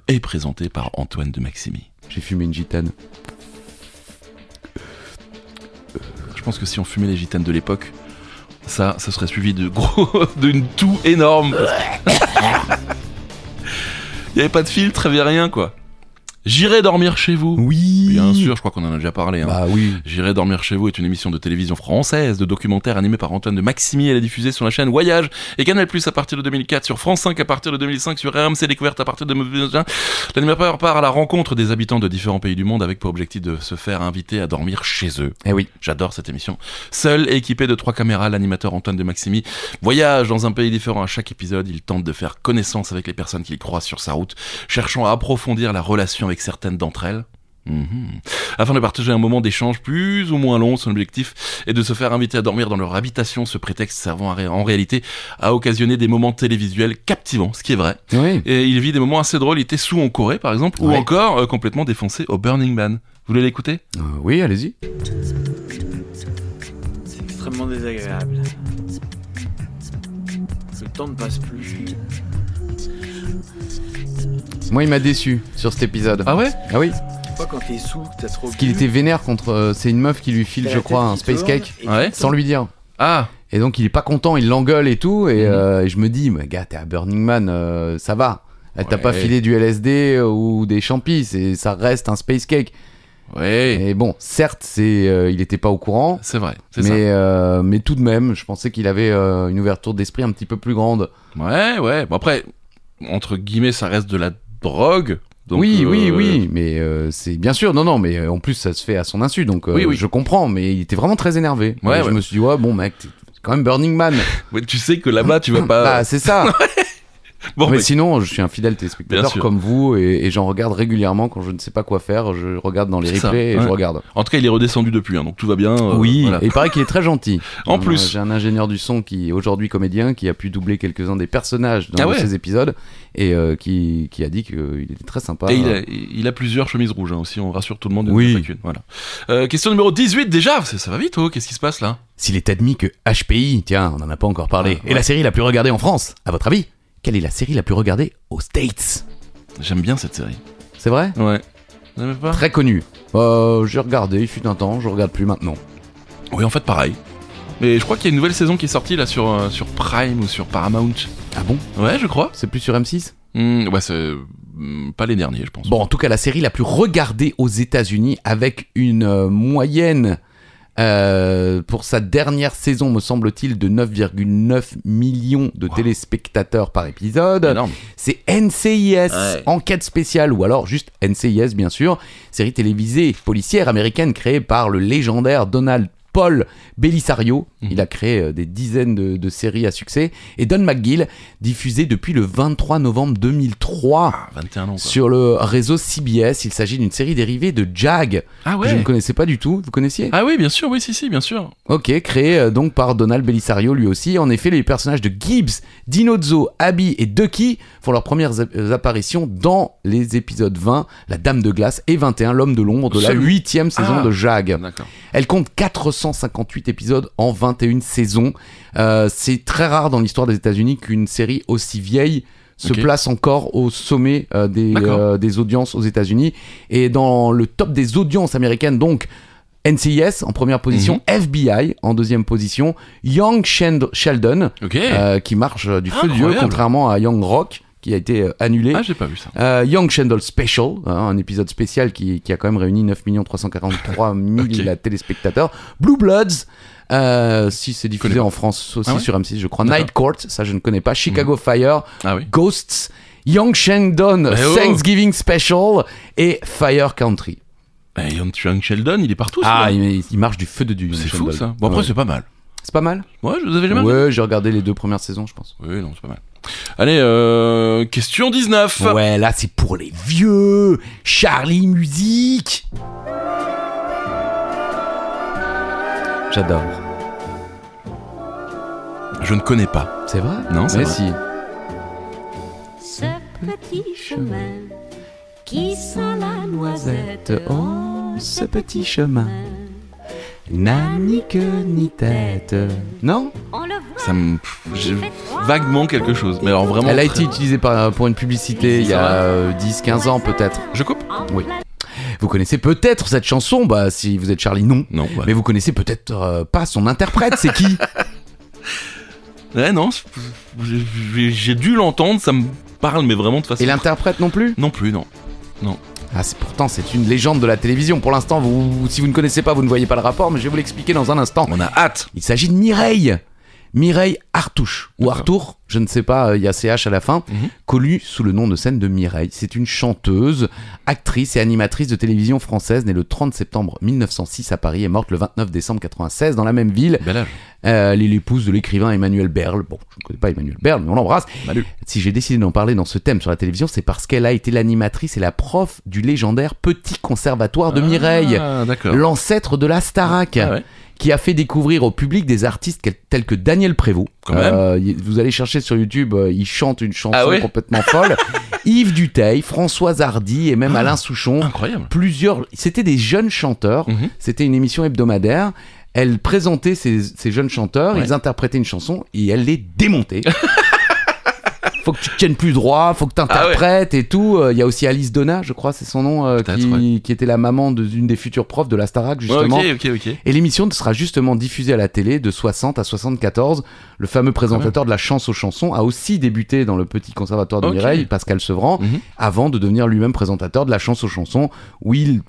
Speaker 1: est présentée par Antoine de Maximi
Speaker 3: J'ai fumé une gitane.
Speaker 1: Je pense que si on fumait les gitanes de l'époque, ça, ça serait suivi de gros, d'une toux énorme. Il n'y avait pas de filtre, il n'y avait rien, quoi. J'irai dormir chez vous.
Speaker 3: Oui
Speaker 1: Bien sûr, je crois qu'on en a déjà parlé. hein.
Speaker 3: Bah oui.
Speaker 1: J'irai dormir chez vous est une émission de télévision française, de documentaire animée par Antoine de Maximi. Elle est diffusée sur la chaîne Voyage et Canal Plus à partir de 2004, sur France 5 à partir de 2005, sur RMC Découverte à partir de 2001. L'animateur part à la rencontre des habitants de différents pays du monde avec pour objectif de se faire inviter à dormir chez eux.
Speaker 3: Eh oui.
Speaker 1: J'adore cette émission. Seul et équipé de trois caméras, l'animateur Antoine de Maximi voyage dans un pays différent à chaque épisode. Il tente de faire connaissance avec les personnes qu'il croise sur sa route, cherchant à approfondir la relation avec certaines d'entre elles. Mhm. Afin de partager un moment d'échange plus ou moins long, son objectif est de se faire inviter à dormir dans leur habitation, ce prétexte servant à ré- en réalité à occasionner des moments télévisuels captivants, ce qui est vrai.
Speaker 3: Eh Oui.
Speaker 1: Et il vit des moments assez drôles, il était sous en Corée par exemple, ou
Speaker 3: Ouais.
Speaker 1: encore euh, complètement défoncé au Burning Man. Vous voulez l'écouter
Speaker 3: Euh, oui, allez-y.
Speaker 4: C'est extrêmement désagréable. Le temps ne passe plus.
Speaker 3: Moi, il m'a déçu sur cet épisode.
Speaker 1: Ah ouais
Speaker 3: Ah oui
Speaker 4: Pas quand t'es sous, que t'as trop.
Speaker 3: Parce qu'il était vénère contre. euh, c'est une meuf qui lui file, je crois, un space cake
Speaker 1: Ouais.
Speaker 3: sans lui dire.
Speaker 1: Ah
Speaker 3: Et donc, il est pas content, il l'engueule et tout.
Speaker 1: Mhm.
Speaker 3: Et, euh, et je me dis, mais gars, t'es à Burning Man, euh, ça va. Euh, T'as
Speaker 1: Ouais.
Speaker 3: pas filé du LSD euh, ou des champis, et ça reste un space cake.
Speaker 1: Ouais
Speaker 3: Et bon, certes, c'est, euh, il était pas au courant,
Speaker 1: C'est vrai, c'est ça.
Speaker 3: mais, euh, mais tout de même, je pensais qu'il avait euh, une ouverture d'esprit un petit peu plus grande.
Speaker 1: Ouais, ouais. Bon, après, entre guillemets, ça reste de la drogue. Donc,
Speaker 3: oui,
Speaker 1: euh,
Speaker 3: oui, oui, mais euh, c'est bien sûr, non, non, mais euh, en plus, ça se fait à son insu, donc euh,
Speaker 1: Oui, oui.
Speaker 3: je comprends, mais il était vraiment très énervé.
Speaker 1: Ouais,
Speaker 3: Et Je
Speaker 1: ouais.
Speaker 3: me suis dit, ouais, bon, mec, t'es c'est quand même Burning Man.
Speaker 1: ouais, tu sais que là-bas, tu vas pas.
Speaker 3: Bah, c'est ça.
Speaker 1: bon,
Speaker 3: mais
Speaker 1: mais-
Speaker 3: sinon, je suis un
Speaker 1: Oh,
Speaker 3: fidèle
Speaker 1: Bien
Speaker 3: téléspectateur
Speaker 1: sûr.
Speaker 3: comme vous et, et j'en regarde régulièrement quand je ne sais pas quoi faire. Je regarde dans les
Speaker 1: C'est ça,
Speaker 3: replays et
Speaker 1: ouais.
Speaker 3: je regarde.
Speaker 1: En tout cas, il est redescendu depuis, hein, donc tout va bien. euh, voilà.
Speaker 3: Et il paraît qu'il est très gentil.
Speaker 1: En
Speaker 3: Euh,
Speaker 1: plus.
Speaker 3: J'ai un ingénieur du son qui est aujourd'hui comédien, qui a pu doubler quelques-uns des personnages dans
Speaker 1: Ah ouais.
Speaker 3: ces épisodes et euh, qui, qui a dit qu'il était très sympa.
Speaker 1: Et il a, il a plusieurs chemises rouges hein, aussi, on rassure tout le monde. il n'y en a
Speaker 3: Oui.
Speaker 1: pas qu'une, Voilà. Euh, question numéro 18 déjà, ça, ça va vite, oh, qu'est-ce qui se passe là
Speaker 3: S'il est admis que HPI, tiens, on n'en a pas encore parlé,
Speaker 1: Ah, Ouais,
Speaker 3: est la série la plus regardée en France, à votre avis, quelle est la série la plus regardée aux States
Speaker 1: J'aime bien cette série.
Speaker 3: C'est vrai
Speaker 1: Ouais. Vous n'aimez pas
Speaker 3: Très connue. Euh, j'ai regardé, il fut un temps, je regarde plus maintenant.
Speaker 1: Oui, en fait, pareil. Mais je crois qu'il y a une nouvelle saison qui est sortie là sur, euh, sur Prime ou sur Paramount.
Speaker 3: Ah bon
Speaker 1: Ouais, je crois.
Speaker 3: C'est plus sur M6
Speaker 1: Hmm, ouais, c'est hmm, pas les derniers, je pense.
Speaker 3: Bon, en tout cas, la série la plus regardée aux États-Unis avec une euh, moyenne euh, pour sa dernière saison, me semble-t-il, de 9,9 millions de
Speaker 1: Wow.
Speaker 3: téléspectateurs par épisode.
Speaker 1: énorme.
Speaker 3: C'est NCIS,
Speaker 1: Ouais.
Speaker 3: enquête spéciale, ou alors juste NCIS, bien sûr, série télévisée policière américaine créée par le légendaire Donald Paul Belisario.
Speaker 1: Mhm.
Speaker 3: Il a créé euh, des dizaines de, de séries à succès. Et Don McGill, diffusée depuis le 23 novembre 2003
Speaker 1: Ah, 21 ans. Quoi.
Speaker 3: sur le réseau CBS. Il s'agit d'une série dérivée de JAG,
Speaker 1: Ah
Speaker 3: que je ne
Speaker 1: ouais.
Speaker 3: connaissais pas du tout. Vous connaissiez
Speaker 1: Ah oui, bien sûr, oui, si, si, bien sûr.
Speaker 3: Ok, créé euh, donc par Donald Belisario lui aussi. En effet, les personnages de Gibbs, Dinozzo, Abby et Ducky font leurs premières ap- euh, apparitions dans les épisodes 20, La Dame de Glace, et 21, L'Homme de l'Ombre, de la
Speaker 1: Celui-
Speaker 3: huitième saison
Speaker 1: Ah.
Speaker 3: de JAG.
Speaker 1: D'accord.
Speaker 3: Elle compte 458 épisodes en 21 saisons. Euh, C'est très rare dans l'histoire des États-Unis qu'une série aussi vieille se
Speaker 1: Ok.
Speaker 3: place encore au sommet euh, des,
Speaker 1: D'accord.
Speaker 3: euh, des audiences aux États-Unis. Et dans le top des audiences américaines, donc NCIS en première position,
Speaker 1: Mhm.
Speaker 3: FBI en deuxième position, Young Shend- Sheldon,
Speaker 1: Ok.
Speaker 3: euh, qui marche euh, du feu de Dieu,
Speaker 1: Eh. Incroyable.
Speaker 3: contrairement à Young Rock, qui a été euh, annulé.
Speaker 1: ah, j'ai pas vu ça.
Speaker 3: Euh, Young Chandel Special, hein, un épisode spécial qui, qui a quand même réuni 9 343 000
Speaker 1: Ok.
Speaker 3: téléspectateurs. Blue Bloods, euh, si c'est diffusé
Speaker 1: Connais
Speaker 3: en France aussi
Speaker 1: Ah ouais
Speaker 3: sur M6, je crois.
Speaker 1: D'accord.
Speaker 3: Night Court, ça je ne connais pas. Chicago Fire,
Speaker 1: Ah oui.
Speaker 3: Ghosts, Young Shandon
Speaker 1: Mais oh
Speaker 3: Thanksgiving Special et Fire Country.
Speaker 1: Eh, Ian Chung Sheldon, il est partout.
Speaker 3: Ah,
Speaker 1: celui-là.
Speaker 3: il, il marche du feu de Dieu.
Speaker 1: c'est
Speaker 3: Michel
Speaker 1: fou
Speaker 3: Gold.
Speaker 1: ça. Bon après
Speaker 3: Ouais.
Speaker 1: c'est pas mal.
Speaker 3: c'est pas mal.
Speaker 1: Ouais, je vous avais jamais.
Speaker 3: Ouais, j'ai regardé les deux premières saisons, je pense.
Speaker 1: Oui, non, c'est pas mal. Allez, euh, question 19.
Speaker 3: Ouais, là c'est pour les vieux. Charlie musique. J'adore.
Speaker 1: Je ne connais pas.
Speaker 3: C'est vrai
Speaker 1: Non, c'est
Speaker 3: Mais
Speaker 1: vrai.
Speaker 3: si.
Speaker 5: Ce petit chemin qui sent la noisette.
Speaker 3: Oh, ce petit chemin. N'a ni queue ni tête. Non
Speaker 5: On le voit.
Speaker 1: Ça me. pff, j'ai Vaguement quelque chose. Mais alors vraiment.
Speaker 3: Elle a
Speaker 1: très-
Speaker 3: été utilisée par- pour une publicité il y a euh, 10-15 ans peut-être.
Speaker 1: Je coupe
Speaker 3: Oui. Vous connaissez peut-être cette chanson, bah si vous êtes Charlie, non.
Speaker 1: Non, ouais.
Speaker 3: Mais vous connaissez peut-être euh, pas son interprète, c'est qui
Speaker 1: Ouais, Eh, non, c'est- j'ai j'ai dû l'entendre, ça me parle, mais vraiment de façon.
Speaker 3: Et l'interprète non plus
Speaker 1: Non plus, non.
Speaker 3: Ah, c'est pourtant, c'est une légende de la télévision. Pour l'instant, vous, si vous ne connaissez pas, vous ne voyez pas le rapport, mais je vais vous l'expliquer dans un instant.
Speaker 1: On a hâte.
Speaker 3: Il s'agit de Mireille. Mireille Artouche, ou Artour, je ne sais pas, euh, il y a CH à la fin,
Speaker 1: Mhm.
Speaker 3: connue sous le nom de scène de Mireille. C'est une chanteuse, actrice et animatrice de télévision française, née le 30 septembre 1906 à Paris et morte le 29 décembre 96 dans la même ville.
Speaker 1: Bel âge.
Speaker 3: Euh, elle est l'épouse de l'écrivain Emmanuel Berle. Bon, je ne connais pas Emmanuel Berle, mais on l'embrasse.
Speaker 1: Salut.
Speaker 3: Si j'ai décidé d'en parler dans ce thème sur la télévision, c'est parce qu'elle a été l'animatrice et la prof du légendaire Petit Conservatoire de Mireille,
Speaker 1: Ah, d'accord.
Speaker 3: l'ancêtre de la Starac,
Speaker 1: Ah ouais.
Speaker 3: qui a fait découvrir au public des artistes quel- tels que Daniel Prévost.
Speaker 1: Quand même.
Speaker 3: Euh, y- vous allez chercher sur YouTube, euh, il chante une chanson
Speaker 1: Ah ouais
Speaker 3: complètement folle. Yves Duteil, Françoise Hardy et
Speaker 1: Ah.
Speaker 3: même Alain Souchon
Speaker 1: Incroyable.
Speaker 3: plusieurs. C'était des jeunes chanteurs.
Speaker 1: Mhm.
Speaker 3: C'était une émission hebdomadaire. Elle présentait ces, ces jeunes chanteurs,
Speaker 1: Ouais.
Speaker 3: ils interprétaient une chanson et elle les démontait. faut que tu te tiennes plus droit, faut que
Speaker 1: Ah
Speaker 3: tu interprètes et tout. Euh, Il y a aussi Alice Donna, je crois, c'est son nom, euh,
Speaker 1: Peut-être,
Speaker 3: qui, qui était la maman de- d'une des futures profs de la Starac, justement.
Speaker 1: Ouais, ok, ok, ok.
Speaker 3: Et l'émission sera justement diffusée à la télé de 60 à 74. Le fameux présentateur de la chance aux chansons a aussi débuté dans le petit conservatoire de
Speaker 1: Ok.
Speaker 3: Mireille, Pascal Sevran,
Speaker 1: Mhm.
Speaker 3: avant de devenir lui-même présentateur de la chance aux chansons, où il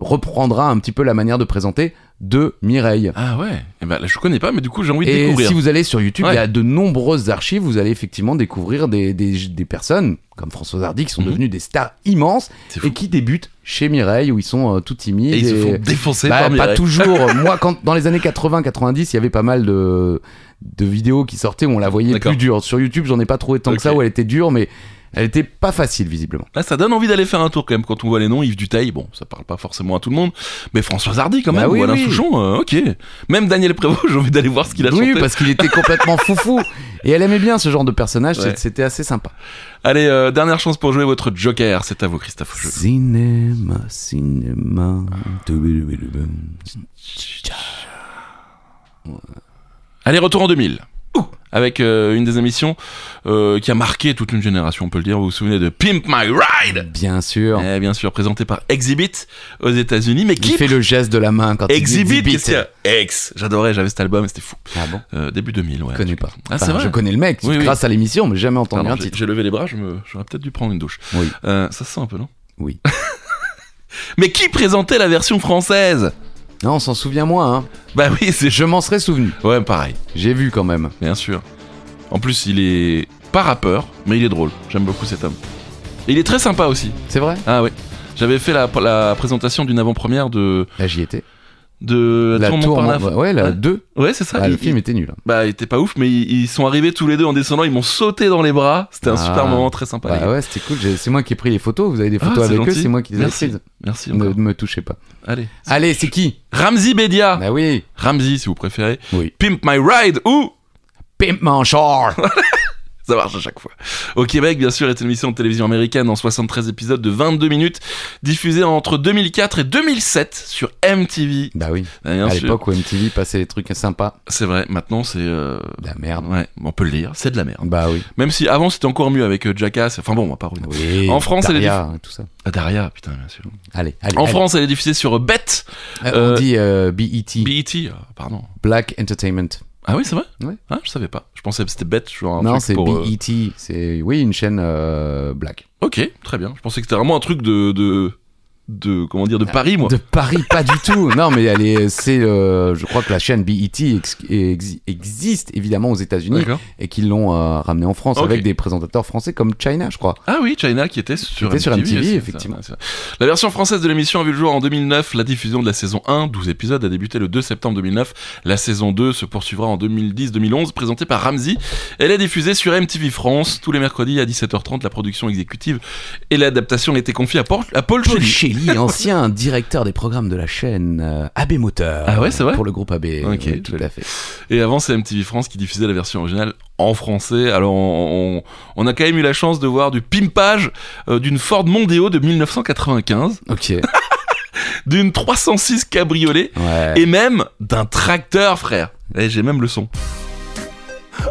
Speaker 3: reprendra un petit peu la manière de présenter de Mireille.
Speaker 1: Ah ouais. Eh ben, là, je connais pas, mais du coup, j'ai envie de
Speaker 3: Et
Speaker 1: découvrir.
Speaker 3: si vous allez sur YouTube,
Speaker 1: Ouais.
Speaker 3: il y a de nombreuses archives. Vous allez effectivement découvrir des, des, des personnes comme François Hardy qui sont
Speaker 1: Mhm.
Speaker 3: devenues des stars immenses
Speaker 1: C'est fou.
Speaker 3: et qui débutent chez Mireille où ils sont euh, tout timides.
Speaker 1: Et ils se
Speaker 3: et-
Speaker 1: font défoncer
Speaker 3: bah,
Speaker 1: par
Speaker 3: pas
Speaker 1: Mireille.
Speaker 3: toujours. Moi, quand dans les années 80-90, il y avait pas mal de, de vidéos qui sortaient où on la voyait
Speaker 1: D'accord.
Speaker 3: plus dure. Sur YouTube, j'en ai pas trouvé tant
Speaker 1: Ok.
Speaker 3: que ça où elle était dure, mais elle était pas facile visiblement.
Speaker 1: Là, ça donne envie d'aller faire un tour quand même quand on voit les noms. Yves Duteil, bon, ça parle pas forcément à tout le monde, mais François Hardy quand
Speaker 3: Bah
Speaker 1: même,
Speaker 3: oui,
Speaker 1: ou Alain
Speaker 3: oui.
Speaker 1: Souchon, euh, ok. Même Daniel Prévost, j'ai envie d'aller voir ce qu'il a
Speaker 3: oui,
Speaker 1: chanté.
Speaker 3: parce qu'il était complètement foufou. Et elle aimait bien ce genre de personnage,
Speaker 1: Ouais.
Speaker 3: c'était assez sympa.
Speaker 1: Allez, euh, dernière chance pour jouer votre Joker. C'est à vous, Christophe. Je-
Speaker 3: Cinéma, cinéma.
Speaker 1: Allez, retour en 2000. Avec euh, une des émissions euh, qui a marqué toute une génération, on peut le dire. Vous vous souvenez de Pimp My Ride
Speaker 3: Bien sûr.
Speaker 1: Eh, Bien sûr, présenté par Exhibit aux États-Unis, mais
Speaker 3: Qui
Speaker 1: qui
Speaker 3: fait le geste de la main quand
Speaker 1: Exhibit,
Speaker 3: il dit
Speaker 1: qu'est-ce qu'il y a Ex. J'adorais, j'avais cet album, c'était fou.
Speaker 3: Ah bon
Speaker 1: Euh, début 2000, ouais.
Speaker 3: Je connais pas.
Speaker 1: Ah, c'est
Speaker 3: Enfin,
Speaker 1: vrai
Speaker 3: Je connais le mec
Speaker 1: Oui, oui.
Speaker 3: grâce à l'émission, mais jamais entendu
Speaker 1: Pardon,
Speaker 3: un
Speaker 1: j'ai-
Speaker 3: titre.
Speaker 1: J'ai levé les bras, je me- j'aurais peut-être dû prendre une douche.
Speaker 3: Oui.
Speaker 1: Euh, ça se sent un peu, non
Speaker 3: Oui.
Speaker 1: Mais qui présentait la version française
Speaker 3: Non, on s'en souvient moins. Hein.
Speaker 1: Bah oui, c'est.
Speaker 3: Je m'en serais souvenu.
Speaker 1: Ouais, pareil,
Speaker 3: J'ai vu quand même.
Speaker 1: bien sûr. En plus, il est pas rappeur, mais il est drôle. J'aime beaucoup cet homme. Et il est très sympa aussi.
Speaker 3: C'est vrai
Speaker 1: Ah oui. J'avais fait la, la présentation d'une avant-première de.
Speaker 3: Là, Ah, j'y étais.
Speaker 1: de
Speaker 3: La
Speaker 1: Tour
Speaker 3: tour,
Speaker 1: Montparnasse.
Speaker 3: Mon- ouais, la
Speaker 1: Ouais.
Speaker 3: 2.
Speaker 1: Ouais, c'est ça.
Speaker 3: Ah,
Speaker 1: il,
Speaker 3: le film était nul.
Speaker 1: il- Bah, il était pas ouf, mais ils, ils sont arrivés tous les deux en descendant, ils m'ont sauté dans les bras. C'était un
Speaker 3: Ah.
Speaker 1: super moment très sympa. les
Speaker 3: Bah
Speaker 1: gars.
Speaker 3: ouais, c'était cool. j'ai- C'est moi qui ai pris les photos. Vous avez des
Speaker 1: Ah,
Speaker 3: photos
Speaker 1: c'est
Speaker 3: avec eux,
Speaker 1: gentil.
Speaker 3: c'est moi qui les ai
Speaker 1: Merci.
Speaker 3: prises.
Speaker 1: Merci.
Speaker 3: Ne
Speaker 1: encore.
Speaker 3: ne me touchez pas.
Speaker 1: Allez.
Speaker 3: Allez, c'est qui
Speaker 1: Ramzi Bedia.
Speaker 3: Bah oui.
Speaker 1: Ramzi, si vous préférez.
Speaker 3: Oui.
Speaker 1: Pimp My Ride ou
Speaker 3: Pimp mon char.
Speaker 1: Ça marche à chaque fois. Au Québec, bien sûr, est une émission de télévision américaine en 73 épisodes de 22 minutes, diffusée entre 2004 et 2007 sur MTV.
Speaker 3: Bah oui.
Speaker 1: Ah, bien
Speaker 3: à
Speaker 1: sûr.
Speaker 3: l'époque où MTV passait des trucs sympas.
Speaker 1: C'est vrai, maintenant c'est... euh,
Speaker 3: De la merde.
Speaker 1: Ouais, on peut le dire, c'est de la merde.
Speaker 3: Bah oui.
Speaker 1: Même si avant c'était encore mieux avec euh, Jackass, enfin bon, on va pas revenir.
Speaker 3: Oui.
Speaker 1: En France, elle est
Speaker 3: Daria, tout ça.
Speaker 1: Ah, Daria, putain, bien sûr.
Speaker 3: Allez, allez.
Speaker 1: En
Speaker 3: allez.
Speaker 1: France, elle est diffusée sur BET,
Speaker 3: Euh,
Speaker 1: euh,
Speaker 3: on dit euh, BET,
Speaker 1: BET, euh, pardon.
Speaker 3: Black Entertainment.
Speaker 1: Ah oui, c'est vrai
Speaker 3: Ouais.
Speaker 1: Ah, je savais pas. Je pensais que c'était BET, genre un
Speaker 3: non,
Speaker 1: truc
Speaker 3: c'est E
Speaker 1: pour, euh,
Speaker 3: BET. C'est oui, une chaîne euh, black.
Speaker 1: Ok, très bien. Je pensais que c'était vraiment un truc de... de... de comment dire de Paris, moi.
Speaker 3: Ah, De Paris, pas du tout. Non, mais elle est, c'est, euh, je crois que la chaîne BET ex- ex- existe évidemment aux États-Unis
Speaker 1: D'accord.
Speaker 3: et qu'ils l'ont euh, ramenée en France
Speaker 1: Ok.
Speaker 3: avec des présentateurs français comme China, je crois.
Speaker 1: Ah oui, China qui était sur
Speaker 3: était sur
Speaker 1: MTV,
Speaker 3: MTV,
Speaker 1: c'est ça,
Speaker 3: effectivement.
Speaker 1: c'est ça. La version française de l'émission a vu le jour en 2009. La diffusion de la saison 1, 12 épisodes, a débuté le 2 septembre 2009. La saison 2 se poursuivra en 2010-2011, présentée par Ramsey. Elle est diffusée sur MTV France tous les mercredis à 17h30. La production exécutive et l'adaptation étaient confiées à Paul, à Paul
Speaker 3: Paul
Speaker 1: Shelley.
Speaker 3: Shelley, ancien directeur des programmes de la chaîne euh, AB Moteur.
Speaker 1: Ah ouais, c'est vrai
Speaker 3: Pour le groupe AB.
Speaker 1: Ok,
Speaker 3: oui, tout
Speaker 1: joli.
Speaker 3: à fait.
Speaker 1: Et avant, c'est MTV France qui diffusait la version originale en français. Alors, on, on- on a quand même eu la chance de voir du pimpage euh, d'une Ford Mondeo de 1995,
Speaker 3: Ok.
Speaker 1: d'une 306 cabriolet
Speaker 3: Ouais.
Speaker 1: et même d'un tracteur, frère. Et j'ai même le son.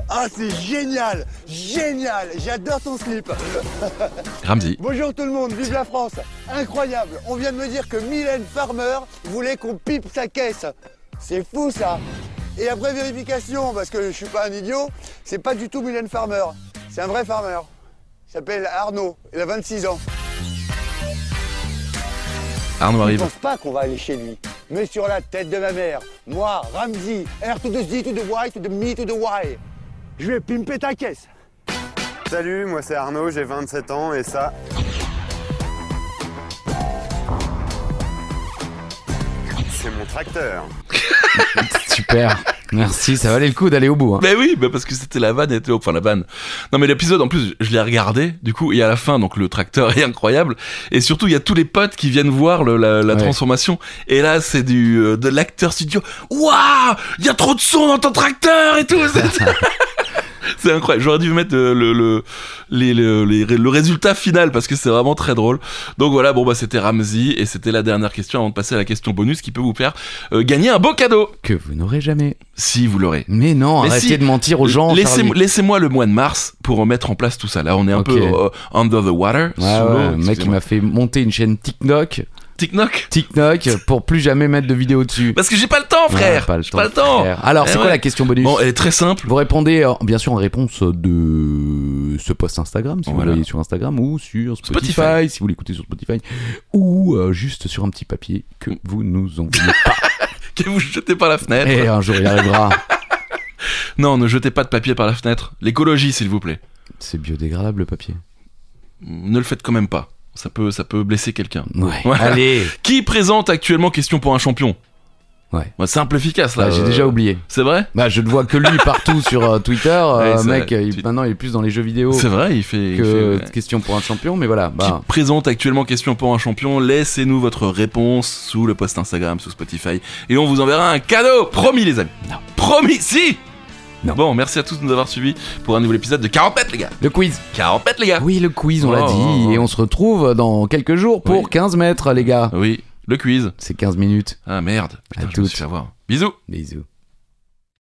Speaker 6: Ah, c'est génial Génial J'adore ton slip
Speaker 1: Ramsey.
Speaker 6: Bonjour tout le monde, vive la France Incroyable On vient de me dire que Mylène Farmer voulait qu'on pipe sa caisse. C'est fou ça Et après vérification, parce que je suis pas un idiot, c'est pas du tout Mylène Farmer. C'est un vrai farmer. Il s'appelle Arnaud, il a 26 ans.
Speaker 1: Arnaud
Speaker 6: Je
Speaker 1: arrive.
Speaker 6: pense pas qu'on va aller chez lui. Mais sur la tête de ma mère, moi, Ramsey, R to the Z to the Y to the me to the Y, je vais pimper ta caisse.
Speaker 7: Salut, moi c'est Arnaud, j'ai 27 ans et ça, c'est mon tracteur.
Speaker 3: Super. Merci, ça valait le coup d'aller au bout. hein.
Speaker 1: Ben oui, ben parce que c'était la vanne, était enfin la vanne. Non mais l'épisode en plus, je l'ai regardé. Du coup, et à la fin, donc le tracteur est incroyable. Et surtout, il y a tous les potes qui viennent voir le- la, la
Speaker 3: Ouais.
Speaker 1: transformation. Et là, c'est du euh, de l'acteur studio. Waouh, il y a trop de son dans ton tracteur et tout. C'est- C'est incroyable. J'aurais dû mettre euh, le, le, les- le, les- le résultat final parce que c'est vraiment très drôle. Donc voilà, bon bah c'était Ramsey et c'était la dernière question avant de passer à la question bonus qui peut vous faire euh, gagner un beau cadeau
Speaker 3: Que vous n'aurez jamais.
Speaker 1: si vous l'aurez.
Speaker 3: Mais non,
Speaker 1: Mais
Speaker 3: arrêtez
Speaker 1: si.
Speaker 3: de mentir aux gens.
Speaker 1: Laissez-
Speaker 3: Charlie.
Speaker 1: Laissez-moi le mois de mars pour remettre en place tout ça. Là, on est un
Speaker 3: Ok.
Speaker 1: peu euh, under the water.
Speaker 3: Ouais, ouais,
Speaker 1: sous l'eau,
Speaker 3: le mec, il
Speaker 1: excusez-moi.
Speaker 3: m'a fait monter une chaîne TikTok,
Speaker 1: TikTok
Speaker 3: TikTok, pour plus jamais mettre de vidéo dessus.
Speaker 1: Parce que j'ai pas le temps, frère.
Speaker 3: Ouais, pas le
Speaker 1: J'ai
Speaker 3: temps,
Speaker 1: pas le temps.
Speaker 3: frère. Alors,
Speaker 1: Eh
Speaker 3: c'est quoi
Speaker 1: ouais.
Speaker 3: la question bonus
Speaker 1: Bon, elle est très simple.
Speaker 3: Vous répondez euh, bien sûr en réponse de ce post Instagram, si
Speaker 1: Voilà.
Speaker 3: vous l'avez sur Instagram ou sur Spotify,
Speaker 1: Spotify.
Speaker 3: si vous l'écoutez sur Spotify, ou euh, juste sur un petit papier que vous nous envoyez.
Speaker 1: Que vous jetez par la fenêtre.
Speaker 3: Et un jour il arrivera.
Speaker 1: Non, ne jetez pas de papier par la fenêtre. L'écologie, s'il vous plaît.
Speaker 3: C'est biodégradable le papier.
Speaker 1: Ne le faites quand même pas. Ça peut, ça peut blesser quelqu'un.
Speaker 3: Ouais.
Speaker 1: Voilà.
Speaker 3: Allez.
Speaker 1: Qui présente actuellement Question pour un champion
Speaker 3: Ouais.
Speaker 1: Bah, Simple, efficace là.
Speaker 3: Ah, J'ai
Speaker 1: Euh,
Speaker 3: déjà oublié.
Speaker 1: C'est vrai
Speaker 3: Bah je ne vois que lui partout sur euh, Twitter. euh,
Speaker 1: Ouais, c'est
Speaker 3: mec,
Speaker 1: vrai.
Speaker 3: il-
Speaker 1: Tu-
Speaker 3: maintenant il est plus dans les jeux vidéo
Speaker 1: C'est vrai, il fait. il
Speaker 3: Oh. que
Speaker 1: fait-
Speaker 3: question pour un champion. Mais voilà. Bah,
Speaker 1: qui présente actuellement Question pour un champion. Laissez-nous votre réponse sous le post Instagram, sous Spotify, et on vous enverra un cadeau, promis les amis.
Speaker 3: Non.
Speaker 1: Promis, si
Speaker 3: Non.
Speaker 1: Bon, merci à tous de nous avoir suivis pour un nouvel épisode de 40 mètres les gars.
Speaker 3: le quiz.
Speaker 1: 40 mètres les gars.
Speaker 3: Ah Oui, le quiz, on l'a
Speaker 1: Oh,
Speaker 3: dit.
Speaker 1: oh, oh.
Speaker 3: Et on se retrouve dans quelques jours pour
Speaker 1: Oui.
Speaker 3: 15 mètres, les gars.
Speaker 1: Oui, le quiz.
Speaker 3: C'est 15 minutes.
Speaker 1: Ah merde. Putain, je me
Speaker 3: toutes.
Speaker 1: suis fait avoir. Bisous.
Speaker 3: Bisous.